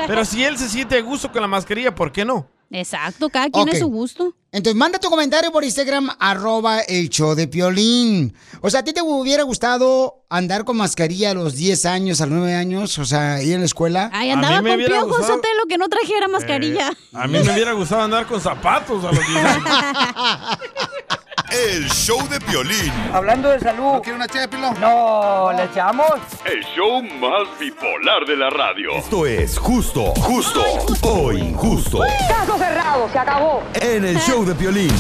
S2: Pero si él se siente a gusto con la mascarilla, ¿por qué no?
S3: Exacto, cada quien es
S1: Ok.
S3: su gusto.
S1: Entonces, manda tu comentario por Instagram, arroba el show de Piolín. O sea, ¿a ti te hubiera gustado andar con mascarilla a los 10 años, a los 9 años? O sea, ir en la escuela.
S3: Ay, andaba con piojos, lo que no trajera mascarilla.
S2: Eh, a mí me hubiera gustado andar con zapatos a los 10 años.
S6: El show de Piolín.
S7: Hablando de salud. ¿No quiere una chépilo? No, ¿le echamos?
S13: El show más bipolar de la radio.
S6: Esto es justo, justo o injusto.
S27: Caso cerrado, se acabó.
S6: En el show de Piolín.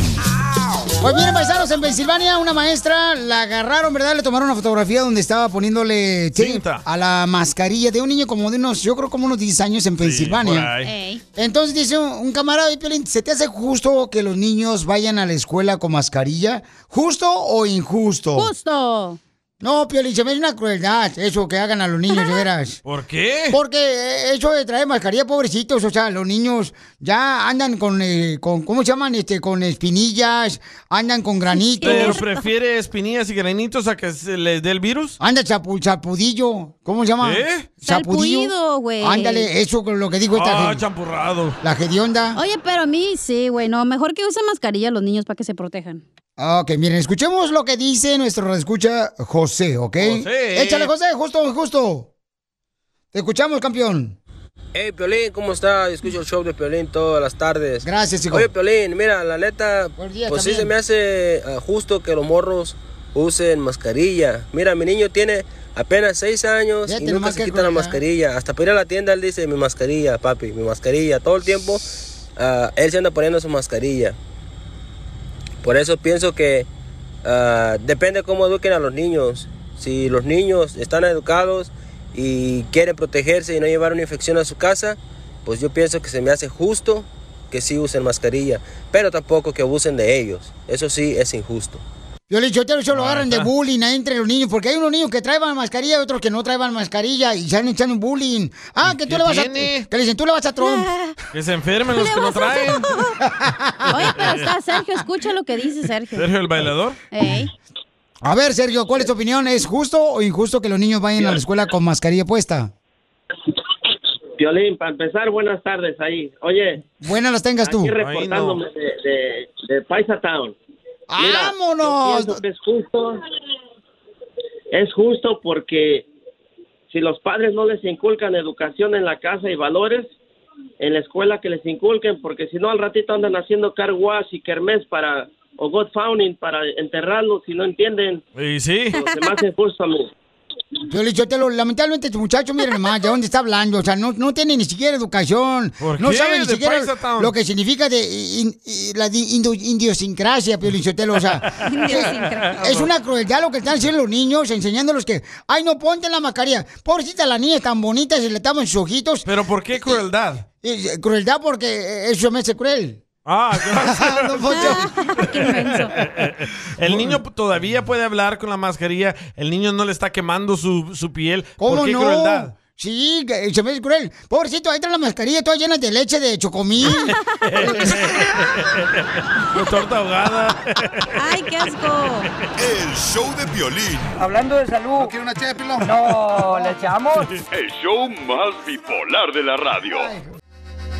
S1: Pues bien, paisanos, en Pensilvania una maestra la agarraron, ¿verdad? Le tomaron una fotografía donde estaba poniéndole tape a la mascarilla de un niño como de unos, yo creo como unos 10 años en
S10: por
S1: Pensilvania.
S10: ahí.
S1: Entonces dice un, un camarada de Piolín, ¿se te hace justo que los niños vayan a la escuela con mascarilla? ¿Justo o injusto?
S3: Justo.
S1: No, Piolín, se me hace una crueldad eso que hagan a los niños, de veras.
S2: ¿Por qué?
S1: Porque eh, eso de traer mascarilla, pobrecitos, o sea, los niños ya andan con, eh, con ¿cómo se llaman? Este, con espinillas, andan con granitos.
S2: ¿Pero prefiere espinillas y granitos a que se les dé el virus?
S1: Anda chapu- chapudillo, ¿cómo se llama?
S2: ¿Eh?
S3: Salpullido, güey.
S1: Ándale, eso con lo que dijo esta
S2: Ah,
S1: gen-
S2: champurrado.
S1: la gedionda.
S3: Oye, pero a mí sí, güey, no, mejor que usen mascarilla los niños para que se protejan.
S1: Ah, Ok, miren, escuchemos lo que dice nuestro escucha José, ¿ok?
S15: José.
S1: Échale, José, justo, justo. Te escuchamos, campeón.
S15: Hey, Piolín, ¿cómo estás? Escucho el show de Piolín todas las tardes.
S1: Gracias, hijo.
S15: Oye, Piolín, mira, la neta,
S1: día
S15: pues sí
S1: también.
S15: se me hace ah, justo que los morros usen mascarilla. Mira, mi niño tiene apenas seis años
S1: Fíjate
S15: y nunca
S1: nomás
S15: se
S1: qué
S15: quita la
S1: crueldad.
S15: mascarilla. Hasta para ir a la tienda él dice, mi mascarilla, papi, mi mascarilla. Todo el tiempo ah, él se anda poniendo su mascarilla. Por eso pienso que ah, depende cómo eduquen a los niños. Si los niños están educados y quieren protegerse y no llevar una infección a su casa, pues yo pienso que se me hace justo que sí usen mascarilla, pero tampoco que abusen de ellos. Eso sí es injusto.
S1: Yo le dicho, yo lo
S15: Ah,
S1: agarran de
S15: está.
S1: bullying ahí entre los niños, porque hay unos niños que traen mascarilla y otros que no traen mascarilla y se han echado un bullying. Ah, que tú le vas a. Que le dicen, tú le vas a Trump.
S2: Que se enfermen los que no traen.
S3: Oye, pero está Sergio, escucha lo que dice Sergio.
S2: Sergio el bailador.
S3: Ey.
S1: A ver, Sergio, ¿cuál es tu opinión? ¿Es justo o injusto que los niños vayan a la escuela con mascarilla puesta?
S28: Violín, para empezar, buenas tardes ahí. Oye.
S1: Buenas las tengas tú.
S28: Aquí reportándome de, de, de Paisa Town. Mira,
S1: ¡Vámonos!
S28: yo pienso que es justo. Es justo porque si los padres no les inculcan educación en la casa y valores, en la escuela que les inculquen, porque si no al ratito andan haciendo car wash y kermés para, o God Founding para enterrarlos si no entienden.
S2: Y sí.
S28: Se me hace justo a mí.
S1: Yo le dicho, te lo- lamentablemente este muchacho, miren más, ¿de dónde está hablando? O sea, no, no tiene ni siquiera educación.
S2: ¿Por
S1: no
S2: qué?
S1: sabe ni
S2: De
S1: siquiera
S2: Paisa Town.
S1: lo que significa de in- in- la di- indo- idiosincrasia, Pio Lichotelo. O sea,
S10: Idiosincrasia.
S1: es una crueldad lo que están haciendo los niños, enseñándolos que, ay, no ponte la mascarilla. Pobrecita la niña es tan bonita, se le tapan sus ojitos.
S2: ¿Pero por qué crueldad?
S1: Y- y- crueldad porque eh, eso me hace cruel.
S2: Ah, gracias.
S1: Don Poncho.
S2: El niño todavía puede hablar con la mascarilla. El niño no le está quemando su, su piel.
S1: ¿Cómo
S2: ¿Por qué
S1: no?
S2: crueldad?
S1: Sí, que- se me hace cruel. Pobrecito, ahí trae la mascarilla toda llena de leche de chocomil.
S2: Con torta ahogada.
S3: ¡Ay, qué asco!
S6: El show de Piolín.
S7: Hablando de salud. ¿No quiere una chépilo? No, ¿le echamos?
S13: El show más bipolar de la radio.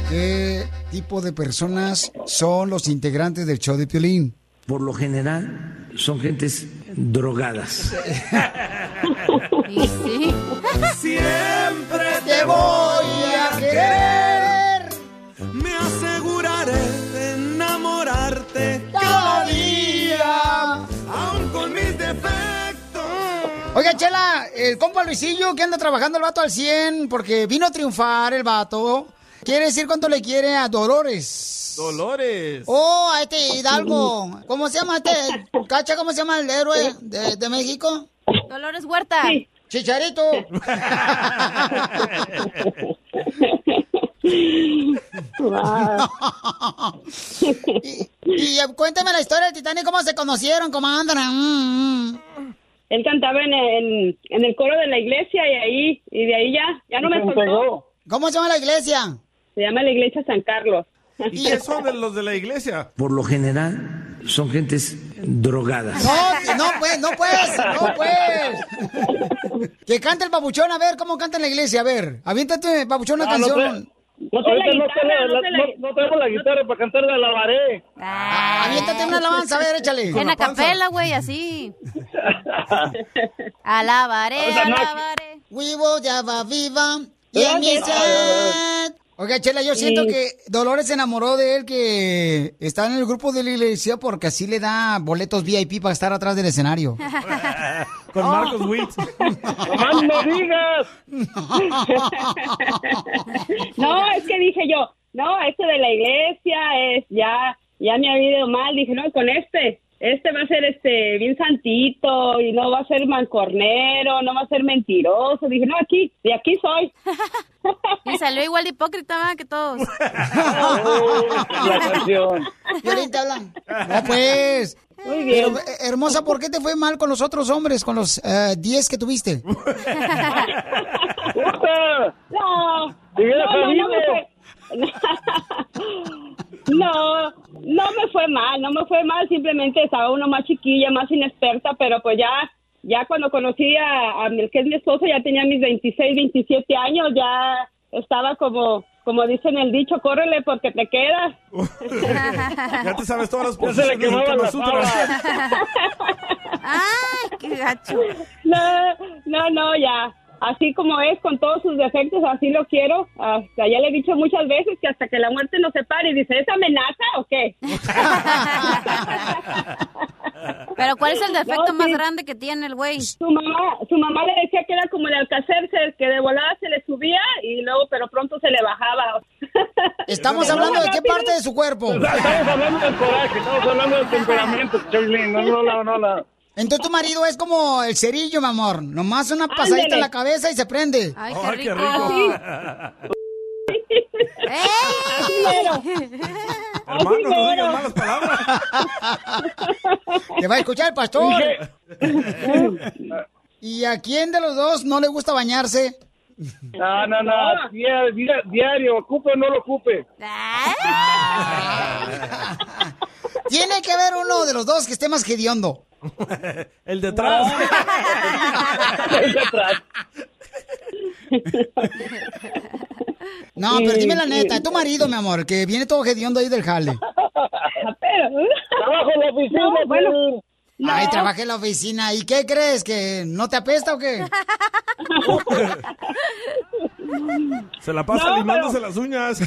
S1: ¿Qué tipo de personas son los integrantes del show de Piolín?
S18: Por lo general son gentes drogadas.
S10: Siempre
S1: te voy a querer.
S10: Me aseguraré de enamorarte
S1: cada día,
S10: aun con mis defectos.
S1: Oiga, Chela, el compa Luisillo que anda trabajando el vato al 100 porque vino a triunfar el vato. Quiere decir cuánto le quiere a Dolores.
S2: Dolores.
S1: Oh, a este Hidalgo. ¿Cómo se llama este? ¿Cacha cómo se llama el héroe de, de México?
S3: Dolores Huerta.
S1: Chicharito. y, y, eh, cuéntame la historia del Titanic, cómo ah, se conocieron, comandante.
S29: Él cantaba en, en- en el coro de la iglesia y ahí y de ahí ya ya no me
S2: Se
S29: soltó.
S2: entregó.
S1: ¿Cómo se llama la iglesia?
S29: Se llama la iglesia San Carlos.
S2: ¿Y qué son de los de la iglesia?
S18: Por lo general son gentes drogadas.
S1: No, no, pues, no, pues, no, pues. Que cante el babuchón, a ver, cómo canta en la iglesia, a ver. Aviéntate, babuchón, una
S29: Ah, no,
S1: canción.
S29: pues,
S30: No
S29: sé la
S30: Ahorita no
S29: guitarra,
S30: tengo
S29: no
S30: la-
S29: sé la-
S30: no- no tengo la guitarra para cantar la lavaré.
S1: Aviéntate una alabanza, a ver, échale.
S14: En acapela, güey, así. Alabaré, alabaré.
S1: Vivo, ya va viva. Y
S14: Gracias.
S1: en mi sed. Oiga, Chela, yo siento
S14: Sí.
S1: que Dolores se enamoró de él que está en el grupo de la iglesia porque así le da boletos VIP para estar atrás del escenario.
S2: Con Marcos Witt.
S30: ¡Más me digas!
S29: no, es que dije yo, no, este de la iglesia es ya, ya me ha ido mal. Dije, no, con este, este va a ser este bien santito y no va a ser mancornero, no va a ser mentiroso. Dije, no, aquí, de aquí soy.
S14: Y salió igual de hipócrita ¿verdad? que todos.
S1: Violín, te hablan. No, pues.
S29: Muy
S14: bien.
S1: Pero, eh, hermosa, ¿por qué te fue mal con los otros hombres, con los eh, 10 que tuviste?
S29: No,
S1: Hubiera
S29: no, no, no me
S30: eh.
S1: sabido.
S29: fue- No, no me fue mal, no me fue mal, simplemente estaba uno más chiquilla, más inexperta, pero pues ya, ya cuando conocí a, a mi- el que es mi esposo, ya tenía mis 26, 27 años, ya estaba como, como dicen el dicho, córrele porque te quedas.
S2: Ya te sabes todas las
S30: Ya se le
S2: posiciones del
S30: quemaban
S2: Kama
S30: las
S2: Sutra.
S29: ¡Ay, qué gacho! No, no, no, ya. Así como es, con todos sus defectos, así lo quiero. Hasta ya le he dicho muchas veces que hasta que la muerte nos separe. Y dice, ¿es amenaza o qué?
S14: Pero ¿cuál es el defecto
S29: No,
S14: más
S29: sí.
S14: grande que tiene el güey?
S29: Su mamá, su mamá le decía que era como el alcacercer, que de volada se le subía y luego, pero pronto se le bajaba.
S1: Estamos hablando de qué parte de su cuerpo.
S30: Estamos hablando del coraje, estamos hablando del temperamento, Piolín. No, no, no, no, no.
S1: Entonces tu marido es como el cerillo, mi amor. Nomás una pasadita
S30: Ándele.
S1: en la cabeza y se prende.
S14: Ay,
S30: Ay, qué rico.
S2: Hermano, no
S1: mero.
S2: digas malas palabras.
S1: Te va a escuchar el pastor. ¿Y a quién de los dos no le gusta bañarse?
S30: No, no, no. Dia- dia- Diario, ocupe o no lo ocupe.
S1: Tiene que haber uno de los dos que esté más hediondo.
S2: El detrás.
S1: No, pero dime la neta, tu marido, mi amor, que viene todo hediondo ahí del jale.
S30: Trabajo en la oficina,
S1: No, bueno.
S30: Piolín.
S1: Ay, trabajé en la oficina. ¿Y qué crees? ¿Que no te apesta o qué?
S2: Se la pasa
S1: No,
S2: limándose
S1: pero-
S2: las uñas.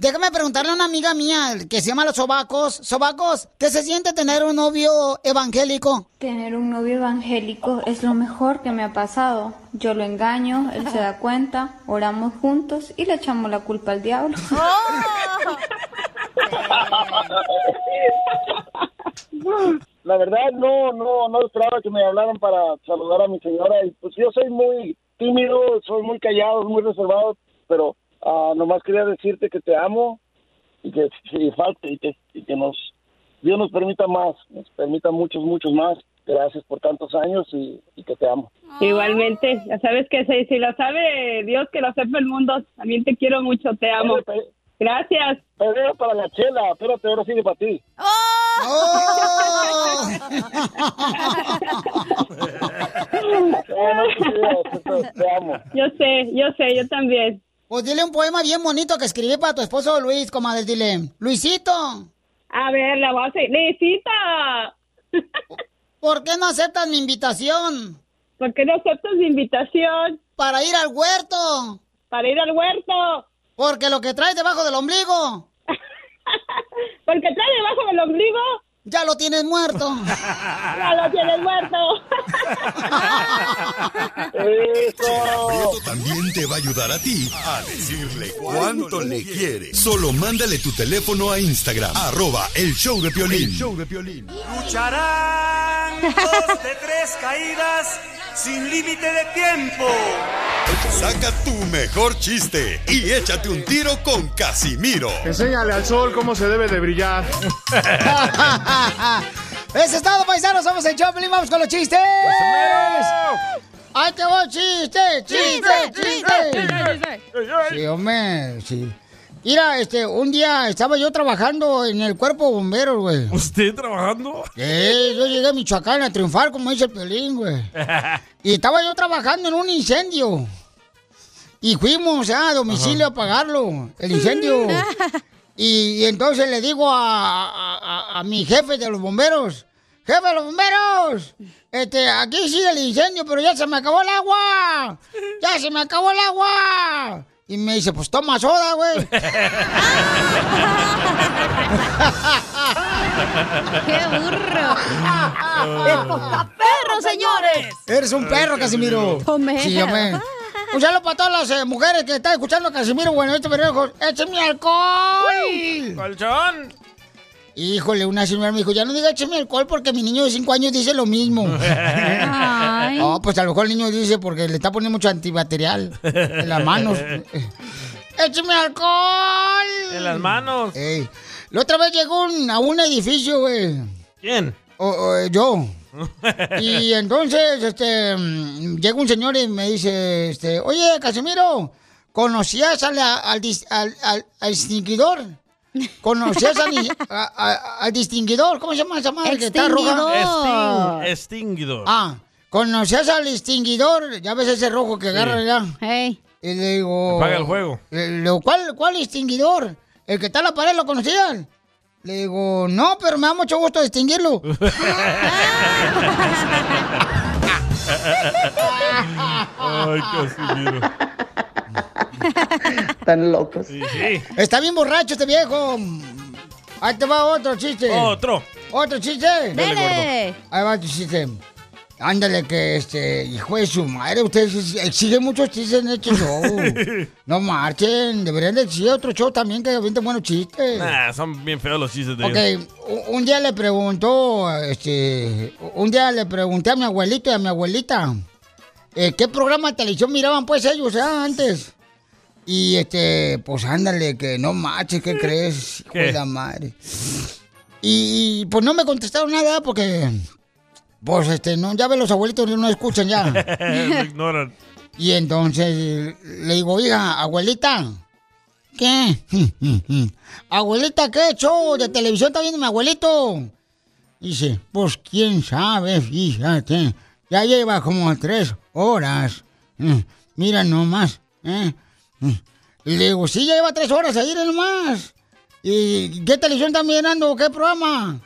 S1: Déjame preguntarle a una amiga mía que se llama Los Sobacos. Sobacos, ¿qué se siente tener un novio evangélico?
S31: Tener un novio evangélico es lo mejor que me ha pasado. Yo lo engaño, él se da cuenta, oramos juntos y le echamos la culpa al diablo.
S14: Oh.
S30: La verdad, no, no, no esperaba que me hablaran para saludar a mi señora. Y pues yo soy muy tímido, soy muy callado, muy reservado, pero ah, nomás quería decirte que te amo y que si falte y que, y que nos Dios nos permita más, nos permita muchos, muchos más. Gracias por tantos años y, y que te amo.
S29: Igualmente, ya sabes que si, si lo sabe Dios, que lo sepa el mundo. También te quiero mucho, te amo. Gracias.
S30: Pero para la chela, espérate, ahora sigue para ti.
S1: ¡Oh!
S10: pues,
S29: Yo sé, yo sé, yo también.
S1: Pues dile un poema bien bonito que escribí para tu esposo Luis, comadre. Dile, Luisito.
S29: A ver, la voy a hacer. Luisito.
S1: ¿Por qué no aceptas mi invitación?
S29: ¿Por qué no aceptas mi invitación?
S1: Para ir al huerto.
S29: Para ir al huerto.
S1: Porque lo que traes debajo del ombligo.
S29: Porque traes debajo del ombligo.
S1: Ya lo tienes muerto.
S29: Ya lo tienes muerto.
S6: Prieto también te va a ayudar a ti a decirle cuánto le quiere. Solo mándale tu teléfono a Instagram, arroba el show de Piolín.
S32: El show
S10: Lucharán dos de tres caídas sin límite de tiempo.
S6: Saca tu mejor chiste y échate un tiro con Casimiro.
S32: Enséñale al sol cómo se debe de brillar.
S1: ¡Es estado paisano! ¡Somos el Choplin! ¡Vamos con los chistes! ¡Ahí te voy, chiste! ¡Chiste! ¡Chiste! Sí, hombre, sí. Mira, este, un día estaba yo trabajando en el cuerpo de bomberos, güey.
S2: ¿Usted trabajando?
S1: Sí, yo llegué a Michoacán a triunfar, como dice el Piolín, güey. Y estaba yo trabajando en un incendio. Y fuimos ah, a domicilio a pagarlo, el incendio. y, y entonces le digo a, a- a- a mi jefe de los bomberos, jefe de los bomberos, este, aquí sigue el incendio, pero ya se me acabó el agua. Ya se me acabó el agua. Y me dice, pues toma soda, güey.
S10: ¡Qué burro!
S1: perro, señores! Eres un perro, Casimiro.
S10: Tome.
S1: Sí, hombre. Un saludo para todas las eh, mujeres que están escuchando a Casimiro. Bueno, este perro, mi alcohol!
S2: ¡Colchón!
S1: Híjole, una señora me dijo, ya no diga écheme alcohol porque mi niño de 5 años dice lo mismo.
S10: Ay.
S1: No, pues a lo mejor el niño dice porque le está poniendo mucho antibacterial en las manos. ¡Écheme alcohol!
S2: En las manos.
S1: Ey. La otra vez llegó un- a un edificio, güey.
S2: ¿Quién?
S1: O- o, eh, yo. Y entonces, este, mm, llega un señor y me dice, este, oye, Casimiro, ¿conocías a la- al, dis- al, al, al distinguidor? ¿Conocías al, a- a- al distinguidor? ¿Cómo se llama esa madre que está roja?
S2: Extin- extinguidor.
S1: Ah, ¿conocías al distinguidor? Ya ves ese rojo que agarra
S2: Sí.
S1: ya. Y le digo...
S2: Paga el juego.
S1: Le- le digo, ¿cuál, ¿cuál distinguidor? ¿El que está en la pared lo conocían? Le digo, no, pero me da mucho gusto distinguirlo.
S10: Ay, Casimiro.
S1: Están locos.
S10: sí.
S1: Está bien borracho este viejo. Ahí te va otro chiste.
S2: Otro.
S1: ¿Otro chiste?
S10: Dale, Dele.
S1: Ahí va tu chiste. Ándale, que este, hijo de su madre, ustedes exigen muchos chistes en este show. no marchen, deberían de exigir otro show también que avienten buenos chistes.
S2: Nah, son bien feos los chistes de
S1: Ok,
S2: ellos.
S1: u- un día le preguntó, este, un día le pregunté a mi abuelito y a mi abuelita, eh, ¿qué programa de televisión miraban pues ellos ah, antes? Y este, pues ándale, que no maches, ¿qué crees? hijo
S10: ¿Qué?
S1: de la madre. Y, y, pues no me contestaron nada porque, pues este, no, ya ven los abuelitos no escuchan
S2: Lo
S1: ya.
S2: ignoran.
S1: y entonces le digo, oiga, abuelita, ¿qué? Abuelita, ¿qué show de televisión está viendo mi abuelito? Dice, pues quién sabe, fíjate. Ya lleva como tres horas. Mm, Mira nomás. ¿eh? Mm. Y le digo, sí, ya lleva tres horas ahí nomás. ¿Y qué televisión están mirando? ¿Qué programa?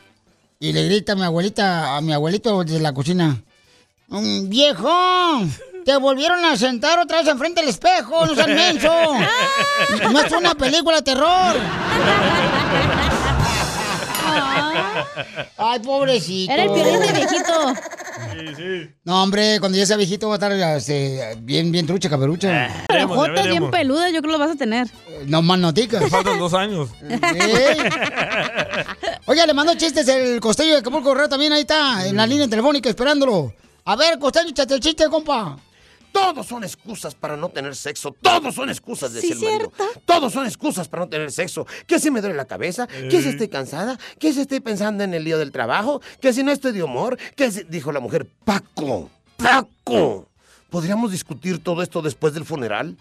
S1: Y le grita a mi abuelita, a mi abuelito desde la cocina. "Mm, ¡Viejo! Te volvieron a sentar otra vez enfrente del espejo, no seas menso. No es una película de terror. Ay, pobrecito.
S10: Era el Piolín de
S1: viejito.
S10: Sí, sí.
S1: No, hombre, cuando ya sea viejito va a estar este, bien, bien trucha, caperucha.
S3: Pero Jota bien peluda, yo creo que lo vas a tener.
S1: No más noticas.
S3: Te faltan
S2: dos años.
S1: Oiga, le mandó chistes el costeño de Acapulco Correo también, ahí está, en la línea telefónica esperándolo. A ver, costeño, échate el chiste, compa.
S5: Todos son excusas para no tener sexo. Todos son excusas, decía
S1: Sí,
S5: el marido. Todos son excusas para no tener sexo. Que si me duele la cabeza, que si
S2: Eh.
S4: Ey.
S5: estoy cansada, que si estoy pensando en el lío del trabajo, que si no estoy de humor, que si... Dijo la mujer, Paco, Paco. ¿Podríamos discutir todo esto después del funeral?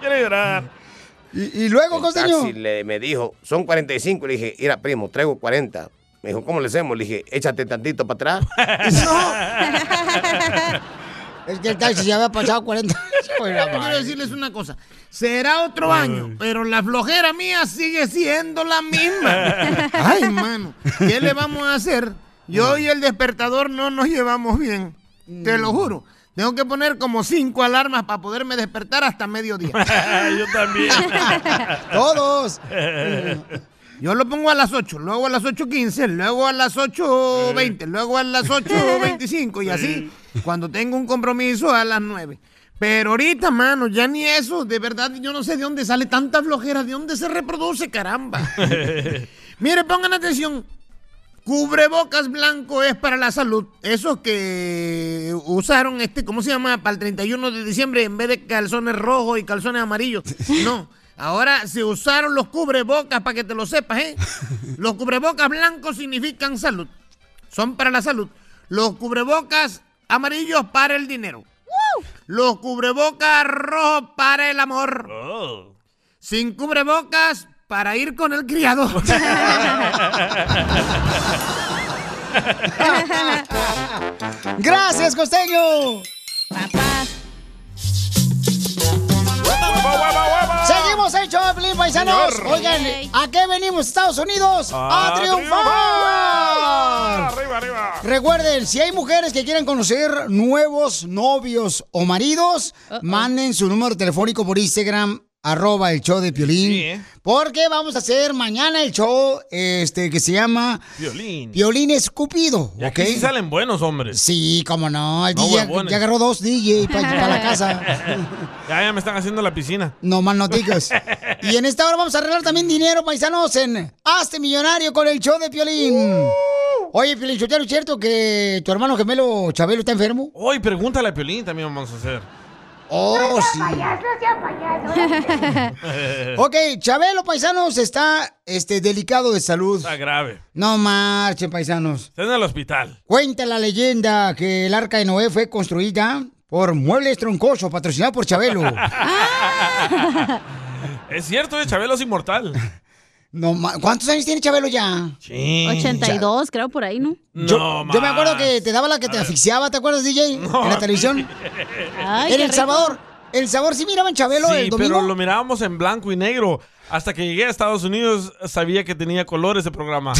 S2: Quiero llorar.
S1: ¿Y, luego,
S5: Taxi le, me dijo, son 45. Le dije, mira, primo, traigo 40. Me dijo, ¿cómo le hacemos? Le dije, échate tantito para atrás. Dice,
S1: Es que el taxi ya había pasado 40
S4: Quiero decirles una cosa. Será otro año, pero la flojera mía sigue siendo la misma. Ay, mano. ¿Qué le vamos a hacer? Yo y el despertador no nos llevamos bien. Te
S1: Mm.
S4: lo juro. Tengo que poner como cinco alarmas para poderme despertar hasta mediodía.
S2: Yo también.
S1: Todos.
S4: Yo lo pongo a las 8, luego a las 8.15, luego a las 8.20, luego a las 8.25 y así cuando tengo un compromiso a las 9. Pero ahorita, mano, ya ni eso, de verdad yo no sé de dónde sale tanta flojera, de dónde se reproduce, caramba. Mire, pongan atención. Cubrebocas blanco es para la salud. Esos que usaron este, ¿cómo se llama? Para el 31 de diciembre en vez de calzones rojos y calzones amarillos. No. Ahora se usaron los cubrebocas para que te lo sepas, ¿eh? Los cubrebocas blancos significan salud. Son para la salud. Los cubrebocas amarillos para el dinero. Los cubrebocas rojos para el amor. Sin cubrebocas para ir con el criado.
S1: Gracias, costeño. Seguimos el show, de Pelín, paisanos.
S10: Señor.
S1: Oigan, ¿a qué venimos, Estados Unidos?
S10: ¡A
S1: ¡A triunfar!
S10: Arriba, arriba.
S1: Recuerden, si hay mujeres que quieren conocer nuevos novios o maridos, manden su número telefónico por Instagram, arroba el show de Piolín. Porque vamos a hacer mañana el show este, que se llama
S2: Violín.
S1: Piolín Escupido.
S2: Y aquí
S1: ¿ok?
S2: sí salen buenos hombres.
S1: Sí, cómo no. El
S2: No,
S1: DJ
S2: huevones.
S1: ya agarró dos DJ para la casa.
S2: ya, ya me están haciendo la piscina.
S1: No más noticas. Y en esta hora vamos a arreglar también dinero, paisanos, en Hazte Millonario con el show de Piolín.
S2: Uh.
S1: Oye, Piolín, Sotelo, ¿es cierto que tu hermano gemelo Chabelo está enfermo?
S2: Hoy pregúntale a Piolín también vamos a hacer.
S1: Oh, sí. Ok, Chabelo, paisanos, está este, delicado de salud.
S2: Está grave.
S1: No marchen, paisanos.
S2: Está en el hospital.
S1: Cuenta la leyenda que el arca de Noé fue construida por Muebles Troncoso, patrocinado por Chabelo.
S2: es cierto, eh, Chabelo es inmortal.
S1: No ma- ¿Cuántos años tiene Chabelo ya?
S2: Sí.
S3: 82, creo, por ahí, ¿no?
S1: Yo,
S2: No
S1: yo me acuerdo
S2: más.
S1: que te daba la que te asfixiaba, ¿te acuerdas, DJ? en la televisión.
S3: Ay,
S1: en
S3: qué
S1: El
S3: rico.
S1: Salvador. El Salvador sí miraban Chabelo
S2: Sí,
S1: el domingo.
S2: pero lo mirábamos en blanco y negro. Hasta que llegué a Estados Unidos sabía que tenía color ese programa.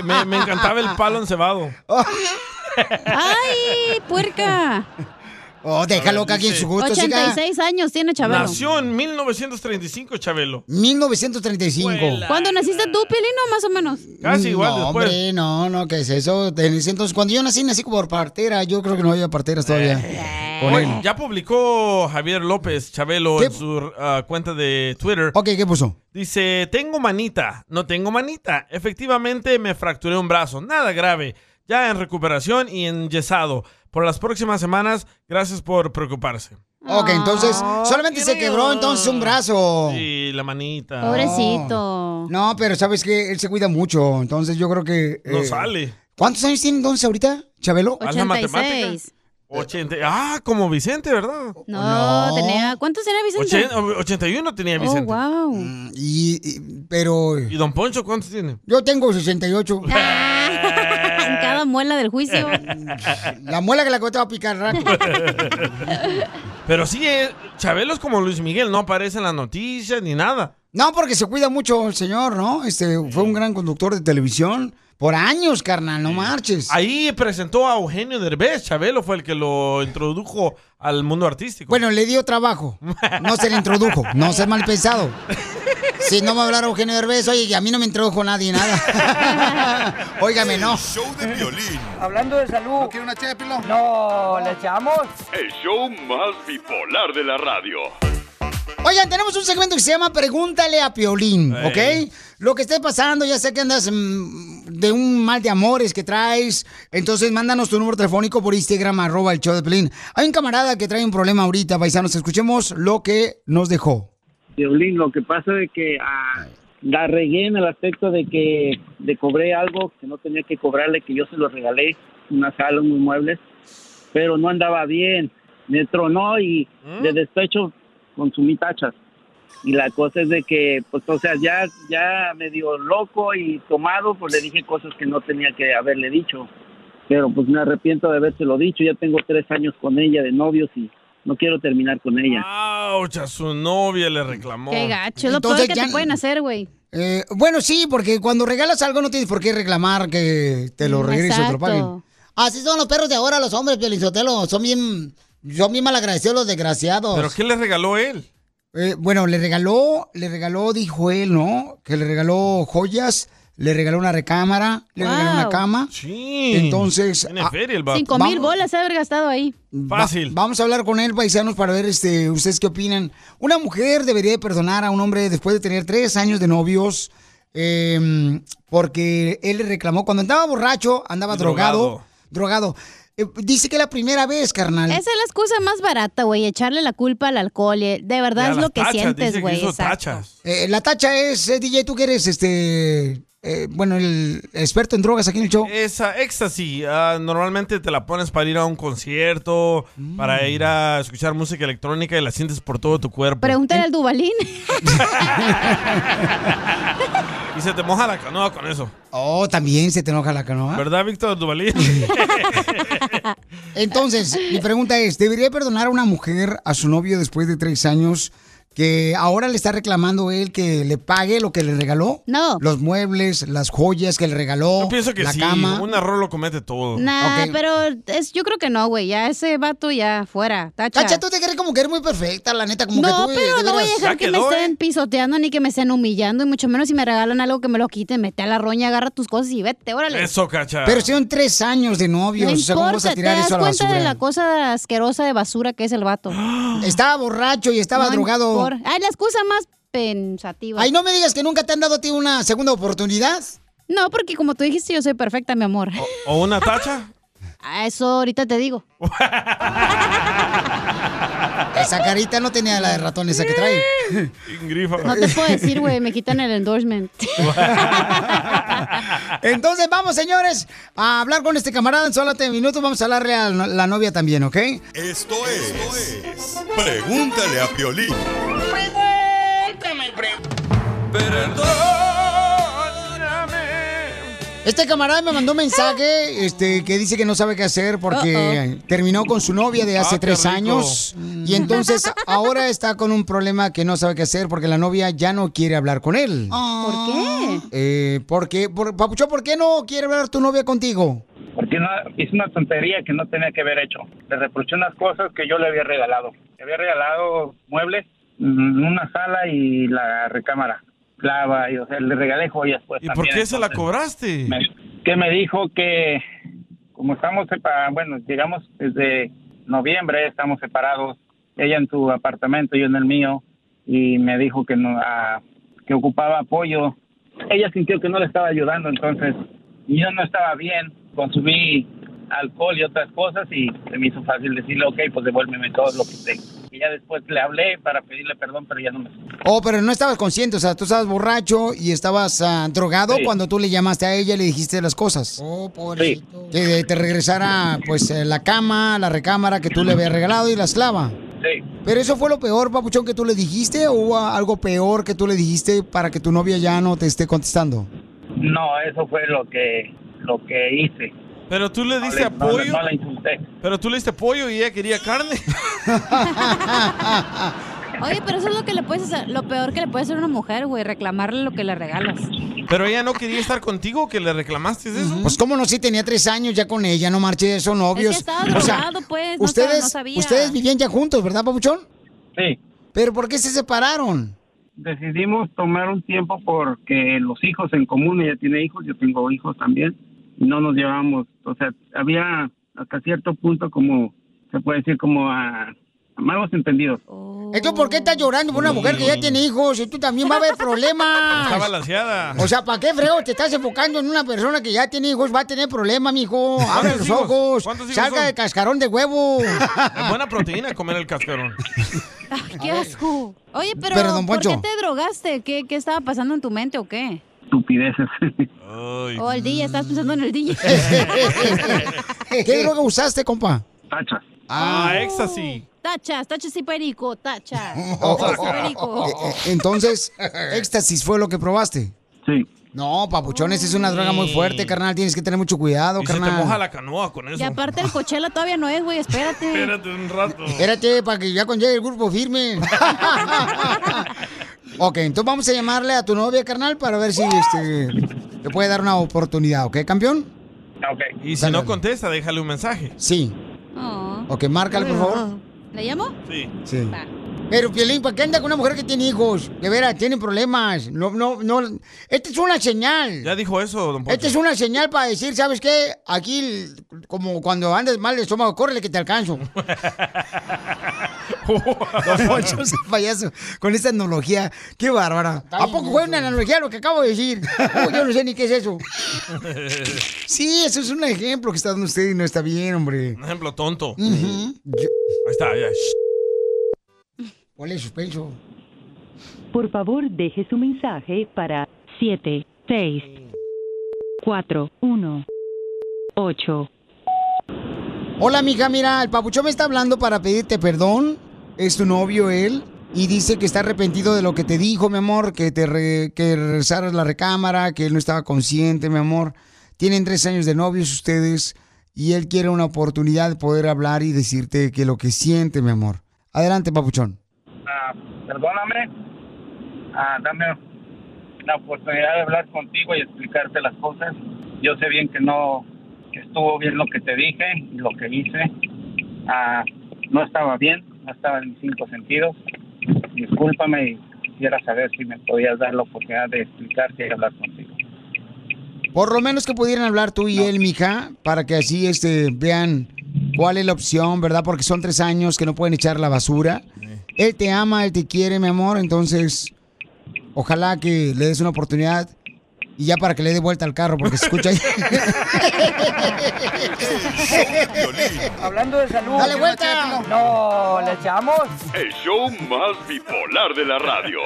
S2: Y me, me encantaba el palo encebado.
S3: ¡Ay, puerca!
S1: Oh, déjalo que aquí en
S2: dice-
S1: su gusto, chica.
S3: 86 años tiene Chabelo.
S2: Nació en 1935, Chabelo.
S1: 1935.
S3: ¿Cuándo naciste tú, Pilino, más o menos?
S1: Mm, no, Hombre, no, no, ¿qué es eso? En ese entonces, cuando yo nací, nací como por partera. Yo creo que no había parteras todavía.
S3: Eh.
S1: Con
S2: Oye,
S1: él.
S2: ya publicó Javier López Chabelo en su ah, cuenta de Twitter.
S1: Ok, ¿qué puso?
S2: Dice, tengo manita, no tengo manita. Efectivamente me fracturé un brazo, nada grave. Ya en recuperación y enyesado. Por las próximas semanas, gracias por preocuparse.
S1: Ok, entonces, solamente se quebró entonces un brazo.
S2: Y la manita.
S1: Pobrecito. No, pero sabes que él se cuida mucho, entonces yo creo que...
S2: No
S1: eh,
S2: sale.
S1: ¿Cuántos años tiene entonces ahorita, Chabelo?
S2: Haz la matemática. 80. Ah, como Vicente, ¿verdad?
S3: No, tenía... ¿Cuántos era Vicente?
S2: Ochen- 81 tenía
S3: Oh,
S2: oh, Vicente.
S3: wow.
S1: Mm. Y, pero...
S2: ¿Y don Poncho cuántos tiene?
S1: Yo tengo 68.
S3: En cada muela del juicio.
S1: La muela que la que te va a picar rápido.
S2: Pero sí, eh, Chabelo es como Luis Miguel, no aparece en las noticias ni nada.
S1: No, porque se cuida mucho el señor, ¿no? Este, fue un gran conductor de televisión por años, carnal, no marches.
S2: Ahí presentó a Eugenio Derbez, Chabelo fue el que lo introdujo al mundo artístico.
S1: Bueno, le dio trabajo, no se le introdujo, no ser mal pensado. Si no me hablar Eugenio Derbez, oye, que a mí no me introdujo nadie, nada. Óigame, no.
S7: Hablando de salud. ¿No quiere una ché No, ¿le echamos?
S13: El show más bipolar de la radio.
S1: Oigan, tenemos un segmento que se llama Pregúntale a Piolín, ¿ok?
S13: Ey.
S1: Lo que esté pasando, ya sé que andas mm, de un mal de amores que traes, entonces mándanos tu número telefónico por Instagram, arroba el show de Piolín. Hay un camarada que trae un problema ahorita, paisanos, escuchemos lo que nos dejó.
S19: Violín, lo que pasa es que ah, la regué en el aspecto de que le cobré algo que no tenía que cobrarle, que yo se lo regalé, una sala, unos muebles, pero no andaba bien. Me tronó y de despecho consumí tachas. Y la cosa es de que, pues, o sea, ya, ya medio loco y tomado, pues le dije cosas que no tenía que haberle dicho. Pero pues me arrepiento de habérselo dicho. Ya tengo tres años con ella de novios y no quiero terminar con ella.
S2: Ah. Ouch, a su novia le reclamó.
S3: Qué gacho. Lo
S1: Entonces
S3: peor Ah, que
S1: ya-
S3: te pueden hacer, güey.
S1: Eh, bueno, sí, porque cuando regalas algo no tienes por qué reclamar que te lo
S3: Mm,
S1: regresen o te lo
S3: exacto.
S1: paguen. Así son los perros de ahora, los hombres, Piolizotelo. Son bien, son bien malagradecidos los desgraciados.
S2: ¿Pero qué le regaló él?
S1: Eh, bueno, le regaló, le regaló, dijo él, ¿no? Que le regaló joyas, le regaló una recámara, le
S3: Wow.
S1: regaló una cama.
S2: Sí.
S1: Entonces.
S2: Tiene
S1: ah,
S2: feria el vato.
S3: Cinco mil bolas se haber gastado ahí.
S1: va- vamos a hablar con él, paisanos, para ver este, ustedes qué opinan. Una mujer debería de perdonar a un hombre después de tener tres años de novios. eh, porque él le reclamó cuando andaba borracho, andaba drogado. Drogado. Eh, dice que la primera vez, carnal.
S3: Esa es la excusa más barata, güey. Echarle la culpa al alcohol. eh, De
S1: Y
S3: verdad
S1: a
S3: es
S1: las
S3: lo que
S1: tachas, dice
S3: sientes,
S1: que
S3: güey.
S1: hizo
S3: exacto.
S2: tachas.
S1: Eh, la tacha es, eh, DJ, tú que eres este. eh, bueno, el experto en drogas aquí en el show.
S2: Esa éxtasis, ah, normalmente te la pones para ir a un concierto,
S1: Mm.
S2: para ir a escuchar música electrónica y la
S1: ¿Eh?
S2: sientes por todo tu cuerpo.
S3: Pregúntale al Dubalín.
S2: Y se se te moja la canoa con eso.
S1: Oh, también se te enoja la canoa.
S2: ¿Verdad, Víctor Duvalín?
S1: Entonces, mi pregunta es, ¿debería perdonar a una mujer a su novio después de tres años que ahora le está reclamando él que le pague lo que le regaló?
S3: No.
S1: Los muebles, las joyas que le regaló,
S2: Yo pienso que
S1: la
S2: sí,
S1: cama.
S2: un error lo comete todo.
S3: Nah,
S1: Ok.
S3: pero es, yo creo que no, güey. Ya ese vato ya fuera. Tacha.
S1: Cacha, tú te crees como que eres muy perfecta, la neta, como que
S3: no,
S1: tú... eh,
S3: pero
S1: de
S3: no voy a
S1: veras- ¿eh?".
S3: dejar que me estén pisoteando ni que me estén humillando, y mucho menos si me regalan algo que me lo quiten. Mete a la roña, agarra tus cosas y vete, órale.
S2: ¿eh? Eso, cacha.
S1: Pero son tres años de
S3: no
S1: novios, o sea, ¿cómo vas
S3: importa,
S1: a
S3: te
S1: tirar
S3: das
S1: eso a la
S3: cuenta
S1: basura?
S3: de la cosa asquerosa de basura que es el vato.
S1: Estaba borracho y estaba drogado.
S3: Ay, la excusa más pensativa.
S1: Ay, no me digas que nunca te han dado a ti una segunda oportunidad. Oh.
S3: No, porque como tú dijiste, yo soy perfecta, mi amor.
S2: ¿O una tacha?
S3: A Eso ahorita te digo.
S1: Esa carita no tenía la de ratón esa que trae.
S2: Grifa.
S3: No te puedo decir, güey, me quitan el endorsement.
S1: Entonces vamos, señores, a hablar con este camarada en solamente minutos. Vamos a hablarle a la la novia también, ¿ok?
S6: Esto es. Pregúntale a Piolín.
S1: Este camarada me mandó un mensaje este, que dice que no sabe qué hacer porque terminó con su novia de hace
S25: Ah, qué
S1: tres
S25: rico. Mm.
S1: años y entonces ahora está con un problema que no sabe qué hacer porque la novia ya no quiere hablar con él.
S3: ¿Por qué?
S1: Eh, porque, por, Papucho, ¿por qué no quiere hablar tu novia contigo?
S25: Porque no, hizo una tontería que no tenía que haber hecho. Le reproché unas cosas que yo le había regalado. Le había regalado muebles, mm, una sala y la recámara. Clava, y, o sea, le regalé joyas. Pues,
S2: ¿Y por qué se la cobraste?
S25: Que me dijo que, como estamos separados, bueno, llegamos desde noviembre, estamos separados. Ella en su apartamento, yo en el mío. Y me dijo que, no, ah, que ocupaba apoyo. Ella sintió que no le estaba ayudando, entonces y yo no estaba bien, consumí alcohol y otras cosas y se me hizo fácil decirle, ok, pues devuélveme todo lo que tengo. Y ya después le hablé para pedirle perdón, pero ya no me...
S1: Oh, pero no estabas consciente, o sea, tú estabas borracho y estabas ah, drogado
S25: Sí.
S1: cuando tú le llamaste a ella y le dijiste las cosas. Oh,
S25: Sí,
S1: Que eh, te regresara, pues, eh, la cama, la recámara que tú le habías regalado y la esclava.
S25: sí.
S1: ¿Pero eso fue lo peor, papuchón, que tú le dijiste o hubo algo peor que tú le dijiste para que tu novia ya no te esté contestando?
S25: No, eso fue lo que, lo que hice.
S2: Pero tú le diste
S25: no, no,
S2: apoyo.
S25: no la insulté.
S2: Pero tú le diste pollo y ella quería carne.
S3: Oye, pero eso es lo que le puedes hacer, lo peor que le puede hacer a una mujer, güey, reclamarle lo que le regalas.
S2: Pero ella no quería estar contigo, que le reclamaste
S25: Mm.
S2: eso.
S1: Pues cómo no, si tenía tres años ya con ella, no marché, son novios.
S3: estaba
S1: O sea,
S3: drogado, pues, no
S1: ustedes,
S3: sab- no sabía.
S1: ustedes vivían ya juntos, ¿verdad, papuchón?
S25: Sí.
S1: ¿Pero por qué se separaron?
S25: Decidimos tomar un tiempo porque los hijos en común, ella tiene hijos, yo tengo hijos también, y no nos llevamos, o sea, había hasta cierto punto como, se puede decir, como a, a malos entendidos.
S1: Esto, ¿por qué estás llorando por una mujer que ya tiene hijos? Y tú también va a haber
S2: Está
S1: problemas.
S2: balanceada.
S1: O sea, ¿para qué freo te estás enfocando en una persona que ya tiene hijos? Va a tener problemas, mijo. Abre
S2: ¿Cuántos
S1: los
S2: hijos?
S1: ojos.
S2: ¿Cuántos hijos
S1: Salga
S2: son?
S1: de cascarón de huevo.
S2: Es buena proteína comer el cascarón.
S3: ¡Qué asco! Oye, pero,
S25: Pero, don
S3: ¿por qué
S25: Poncho.
S3: te drogaste? ¿Qué, ¿Qué estaba pasando en tu mente o qué?
S25: Estupideces.
S3: O el DJ, estás pensando en el DJ.
S1: ¿Qué droga usaste, compa?
S25: Tachas.
S2: Ah, éxtasis.
S3: tachas, tachas y perico, tachas.
S1: Oh,
S3: Tachas y
S1: oh,
S3: perico.
S1: oh. Entonces, éxtasis fue lo que probaste.
S25: Sí.
S1: No, papuchones, es una droga muy fuerte, carnal. Tienes que tener mucho cuidado,
S2: Y se te
S1: carnal.
S2: moja la canoa con eso.
S3: Y aparte el cochela todavía no es, güey, espérate.
S2: Espérate un rato.
S3: Mm.
S1: Espérate, para que ya con llegue el grupo firme. ok, entonces vamos a llamarle a tu novia, carnal, para ver si este, te puede dar una oportunidad, ¿ok, campeón?
S25: Ah,
S2: Y si
S1: Dale,
S2: no
S1: dale.
S2: contesta, déjale un mensaje.
S1: Sí. Ok, márcale, por favor.
S3: Oh. ¿Le llamo?
S2: Sí.
S1: Sí. Pero, Piolín, ¿para qué anda con una mujer que tiene hijos? De veras, tiene problemas. No, no, no. Esta es una señal.
S2: Ya dijo eso, don Poncho.
S1: Esta es una señal para decir, ¿sabes qué? Aquí, el- como cuando andas mal de estómago, córrele que te alcanzo. Don Poncho es un payaso con esta analogía. Qué bárbara. ¿A poco fue una analogía lo que acabo de decir? Oh, yo no sé ni qué es eso. Sí, eso es un ejemplo que está dando usted y no está bien, hombre.
S2: Un ejemplo tonto.
S1: Ujú.
S2: Ahí está, ya. Shh.
S1: ¿Cuál es suspenso?
S21: Por favor, deje su mensaje para 7, 6, 4, 1, 8.
S1: Hola, mija, mira, el papuchón me está hablando para pedirte perdón. Es tu novio él. Y dice que está arrepentido de lo que te dijo, mi amor, que te re- que regresaras la recámara, que él no estaba consciente, mi amor. Tienen tres años de novios ustedes y él quiere una oportunidad de poder hablar y decirte que lo que siente, mi amor. Adelante, papuchón.
S25: Ah, perdóname, Ah, dame la oportunidad de hablar contigo y explicarte las cosas. Yo sé bien que no, que estuvo bien lo que te dije y lo que hice. Ah, no estaba bien, no estaba en mis cinco sentidos. Discúlpame y quisiera saber si me podías dar la oportunidad de explicarte y hablar contigo.
S1: Por lo menos que pudieran hablar tú y él, mija, para que así este, vean cuál es la opción, ¿verdad? Porque son tres años que no pueden echar la basura. Él te ama, él te quiere, mi amor, entonces ojalá que le des una oportunidad y ya para que le dé vuelta al carro, porque se escucha ahí.
S7: Hablando de salud.
S33: Dale
S7: vuelta! No, ¿le echamos?
S13: El show más bipolar de la radio.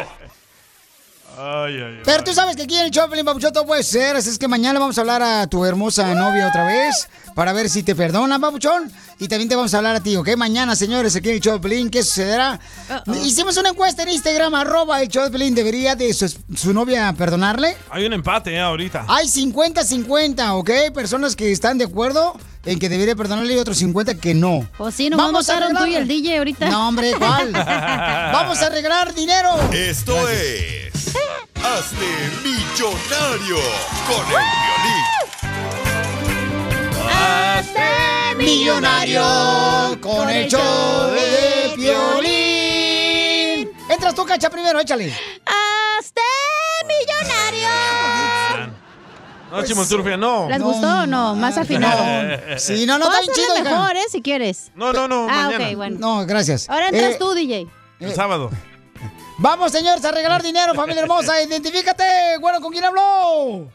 S2: Ay, ay, ay.
S1: Pero tú sabes que aquí en el Choplin, Papuchón, todo puede ser. Así es que mañana vamos a hablar a tu hermosa novia otra vez para ver si te perdona, Papuchón. Y también te vamos a hablar a ti, ¿ok? Mañana, señores, aquí en el Choplin, ¿qué sucederá? Hicimos una encuesta en Instagram, arroba el Choplin. ¿Debería de su, su novia perdonarle?
S2: Hay un empate eh, ahorita.
S1: Hay 50-50, ¿ok? Personas que están de acuerdo en que debería perdonarle y otros 50 que no.
S3: Pues sí, nomás
S1: Vamos a
S3: votaron tú y
S1: arreglar.
S3: el DJ ahorita.
S1: No, hombre, ¿cuál? Vamos a arreglar dinero.
S2: Eh,
S6: Esto es. Hazte millonario con el violín. Hazte
S1: millonario con el show de violín. Entras tú, cacha, primero, échale.
S3: ¡Hazte millonario!
S2: No, Chimoturfia, no.
S3: ¿Les gustó o no? Más afinado.
S1: Sí, no, no, está
S3: Puedo
S1: bien
S3: hacerle
S1: chido, hija.
S3: mejor, ¿eh? Si quieres.
S2: No, no, no,
S3: Ah,
S2: mañana.
S3: ok, bueno.
S1: No, gracias.
S3: Ahora entras
S1: Eh,
S3: tú, DJ.
S2: El sábado.
S1: Vamos, señores, a regalar dinero, familia hermosa. Identifícate, bueno, ¿con quién habló?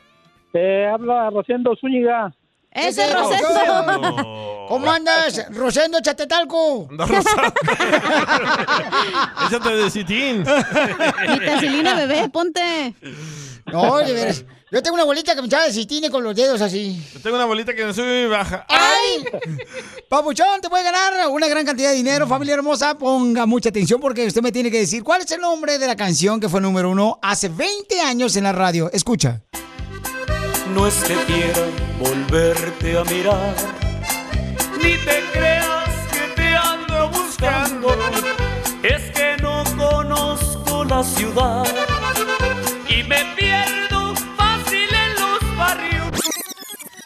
S24: Te eh, habla Rosendo Zúñiga.
S1: ¡Ese es Rosendo! ¿Cómo andas? Rosendo Chatetalco.
S2: Échate de citín.
S3: Vitacilina, bebé, ponte.
S1: No, de veras. Yo tengo una abuelita que me echaba de citine con los dedos así.
S2: Yo Tengo una bolita que me sube y baja.
S1: ¡Ay! Papuchón, te puede ganar una gran cantidad de dinero, familia hermosa. Ponga mucha atención porque usted me tiene que decir cuál es el nombre de la canción que fue número uno hace 20 años en la radio. Escucha.
S10: No es que quiera volverte a mirar, ni te creas que te ando buscando, es que no conozco la ciudad y me pierdo fácil en los barrios.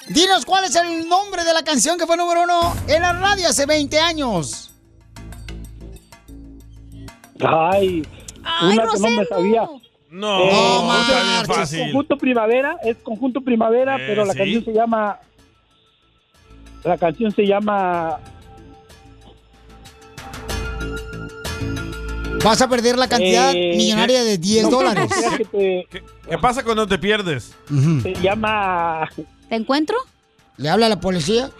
S1: Dinos cuál es el nombre de la canción que fue número uno en la radio hace 20 años.
S24: Ay, una que no me sabía.
S2: No,
S24: no
S2: está bien fácil.
S24: Conjunto Primavera, es Conjunto Primavera,
S2: Eh,
S24: pero la
S2: sí.
S24: canción se llama. La canción se llama.
S1: Vas a perder la cantidad
S24: Eh,
S1: millonaria de 10
S24: no,
S1: dólares.
S24: que te-
S2: ¿Qué pasa cuando te pierdes?
S24: Se llama.
S3: ¿Te encuentro?
S1: ¿Le habla la policía?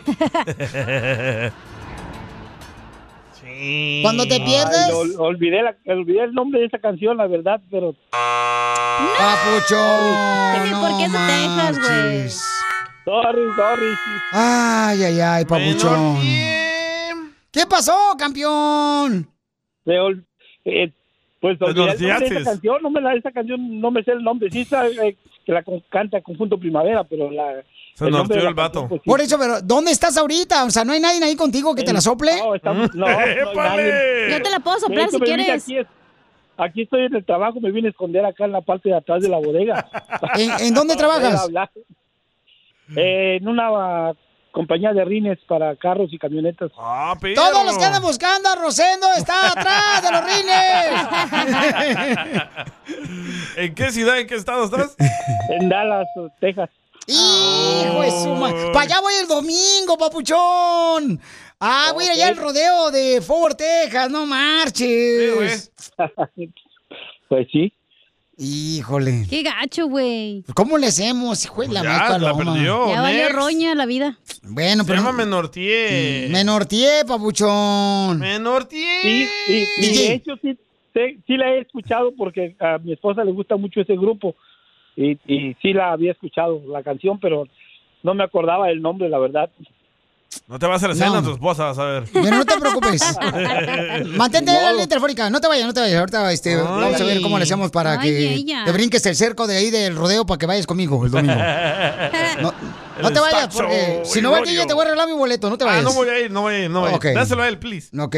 S1: Cuando te pierdes.
S24: Eh, Ay, ol- olvidé, la- olvidé el nombre de esa canción, la verdad, pero.
S1: Papuchón.
S24: Dime, ¿por qué
S1: no
S24: se te dejas, güey?
S10: Pues,
S1: marches.
S24: Sorry, sorry.
S1: Ay, ay, ay, papuchón. ¿Qué pasó, campeón?
S24: Se ol- eh, pues
S1: Te
S24: olvidé el nombre de
S1: norteaste.
S24: esa canción, no me la, esa canción no me sé el nombre, sí sabe eh, que la con- canta Conjunto Primavera, pero la...
S2: Se
S24: nombre
S2: norteó
S24: de la
S2: el vato.
S24: canción, pues,
S1: Por eso, pero ¿dónde estás ahorita? O sea, ¿no hay nadie ahí contigo que te la sople? No,
S24: estamos... No, no hay nadie.
S3: Yo te la puedo soplar
S24: De hecho,
S3: si
S24: me vine
S3: quieres.
S24: Aquí, es- aquí estoy en el trabajo, me vine a esconder acá en la parte de atrás de la bodega.
S1: ¿En, en dónde
S24: Para poder
S1: trabajas?
S24: hablar. Eh, en una ah, compañía de rines para carros y camionetas.
S2: Ah,
S1: Todos los que andan buscando a Rosendo está atrás de los rines.
S2: ¿En qué ciudad, en qué estado estás?
S24: En Dallas, Texas.
S1: Hijo de su Para allá voy el domingo, papuchón. Ah, voy a ir allá al rodeo de Fort Texas, no marches.
S24: Pues sí.
S1: Híjole.
S3: Qué gacho, güey.
S1: ¿Cómo le hacemos, Pues, hijo de la
S2: Ya,
S1: mal
S2: la
S1: paloma?
S2: perdió.
S3: ya valió
S2: next.
S3: roña la vida.
S1: Bueno,
S2: Se
S1: pero.
S2: llama Menortier.
S1: Me norteé, papuchón.
S2: Menortier.
S24: Sí, sí, sí,
S1: DJ.
S24: de hecho sí, sí, sí la he escuchado porque a mi esposa le gusta mucho ese grupo y, y sí la había escuchado la canción, pero no me acordaba el nombre, la verdad.
S2: No te vas a la cena
S1: No.
S2: tu esposa, vas a ver.
S1: Pero no te preocupes. Mantente en la línea telefónica. No te vayas, no te vayas. Ahorita este, vamos a ver cómo le hacemos para
S2: Ay,
S1: que
S2: ella.
S1: te brinques el cerco de ahí del rodeo para que vayas conmigo el domingo. No, no te vayas, porque si no va aquí yo te voy a arreglar mi boleto. No te
S2: Ah,
S1: vayas.
S2: no voy a ir, no voy a ir, no voy a ir.
S1: Ok.
S2: Dáselo a él, please.
S1: Ok.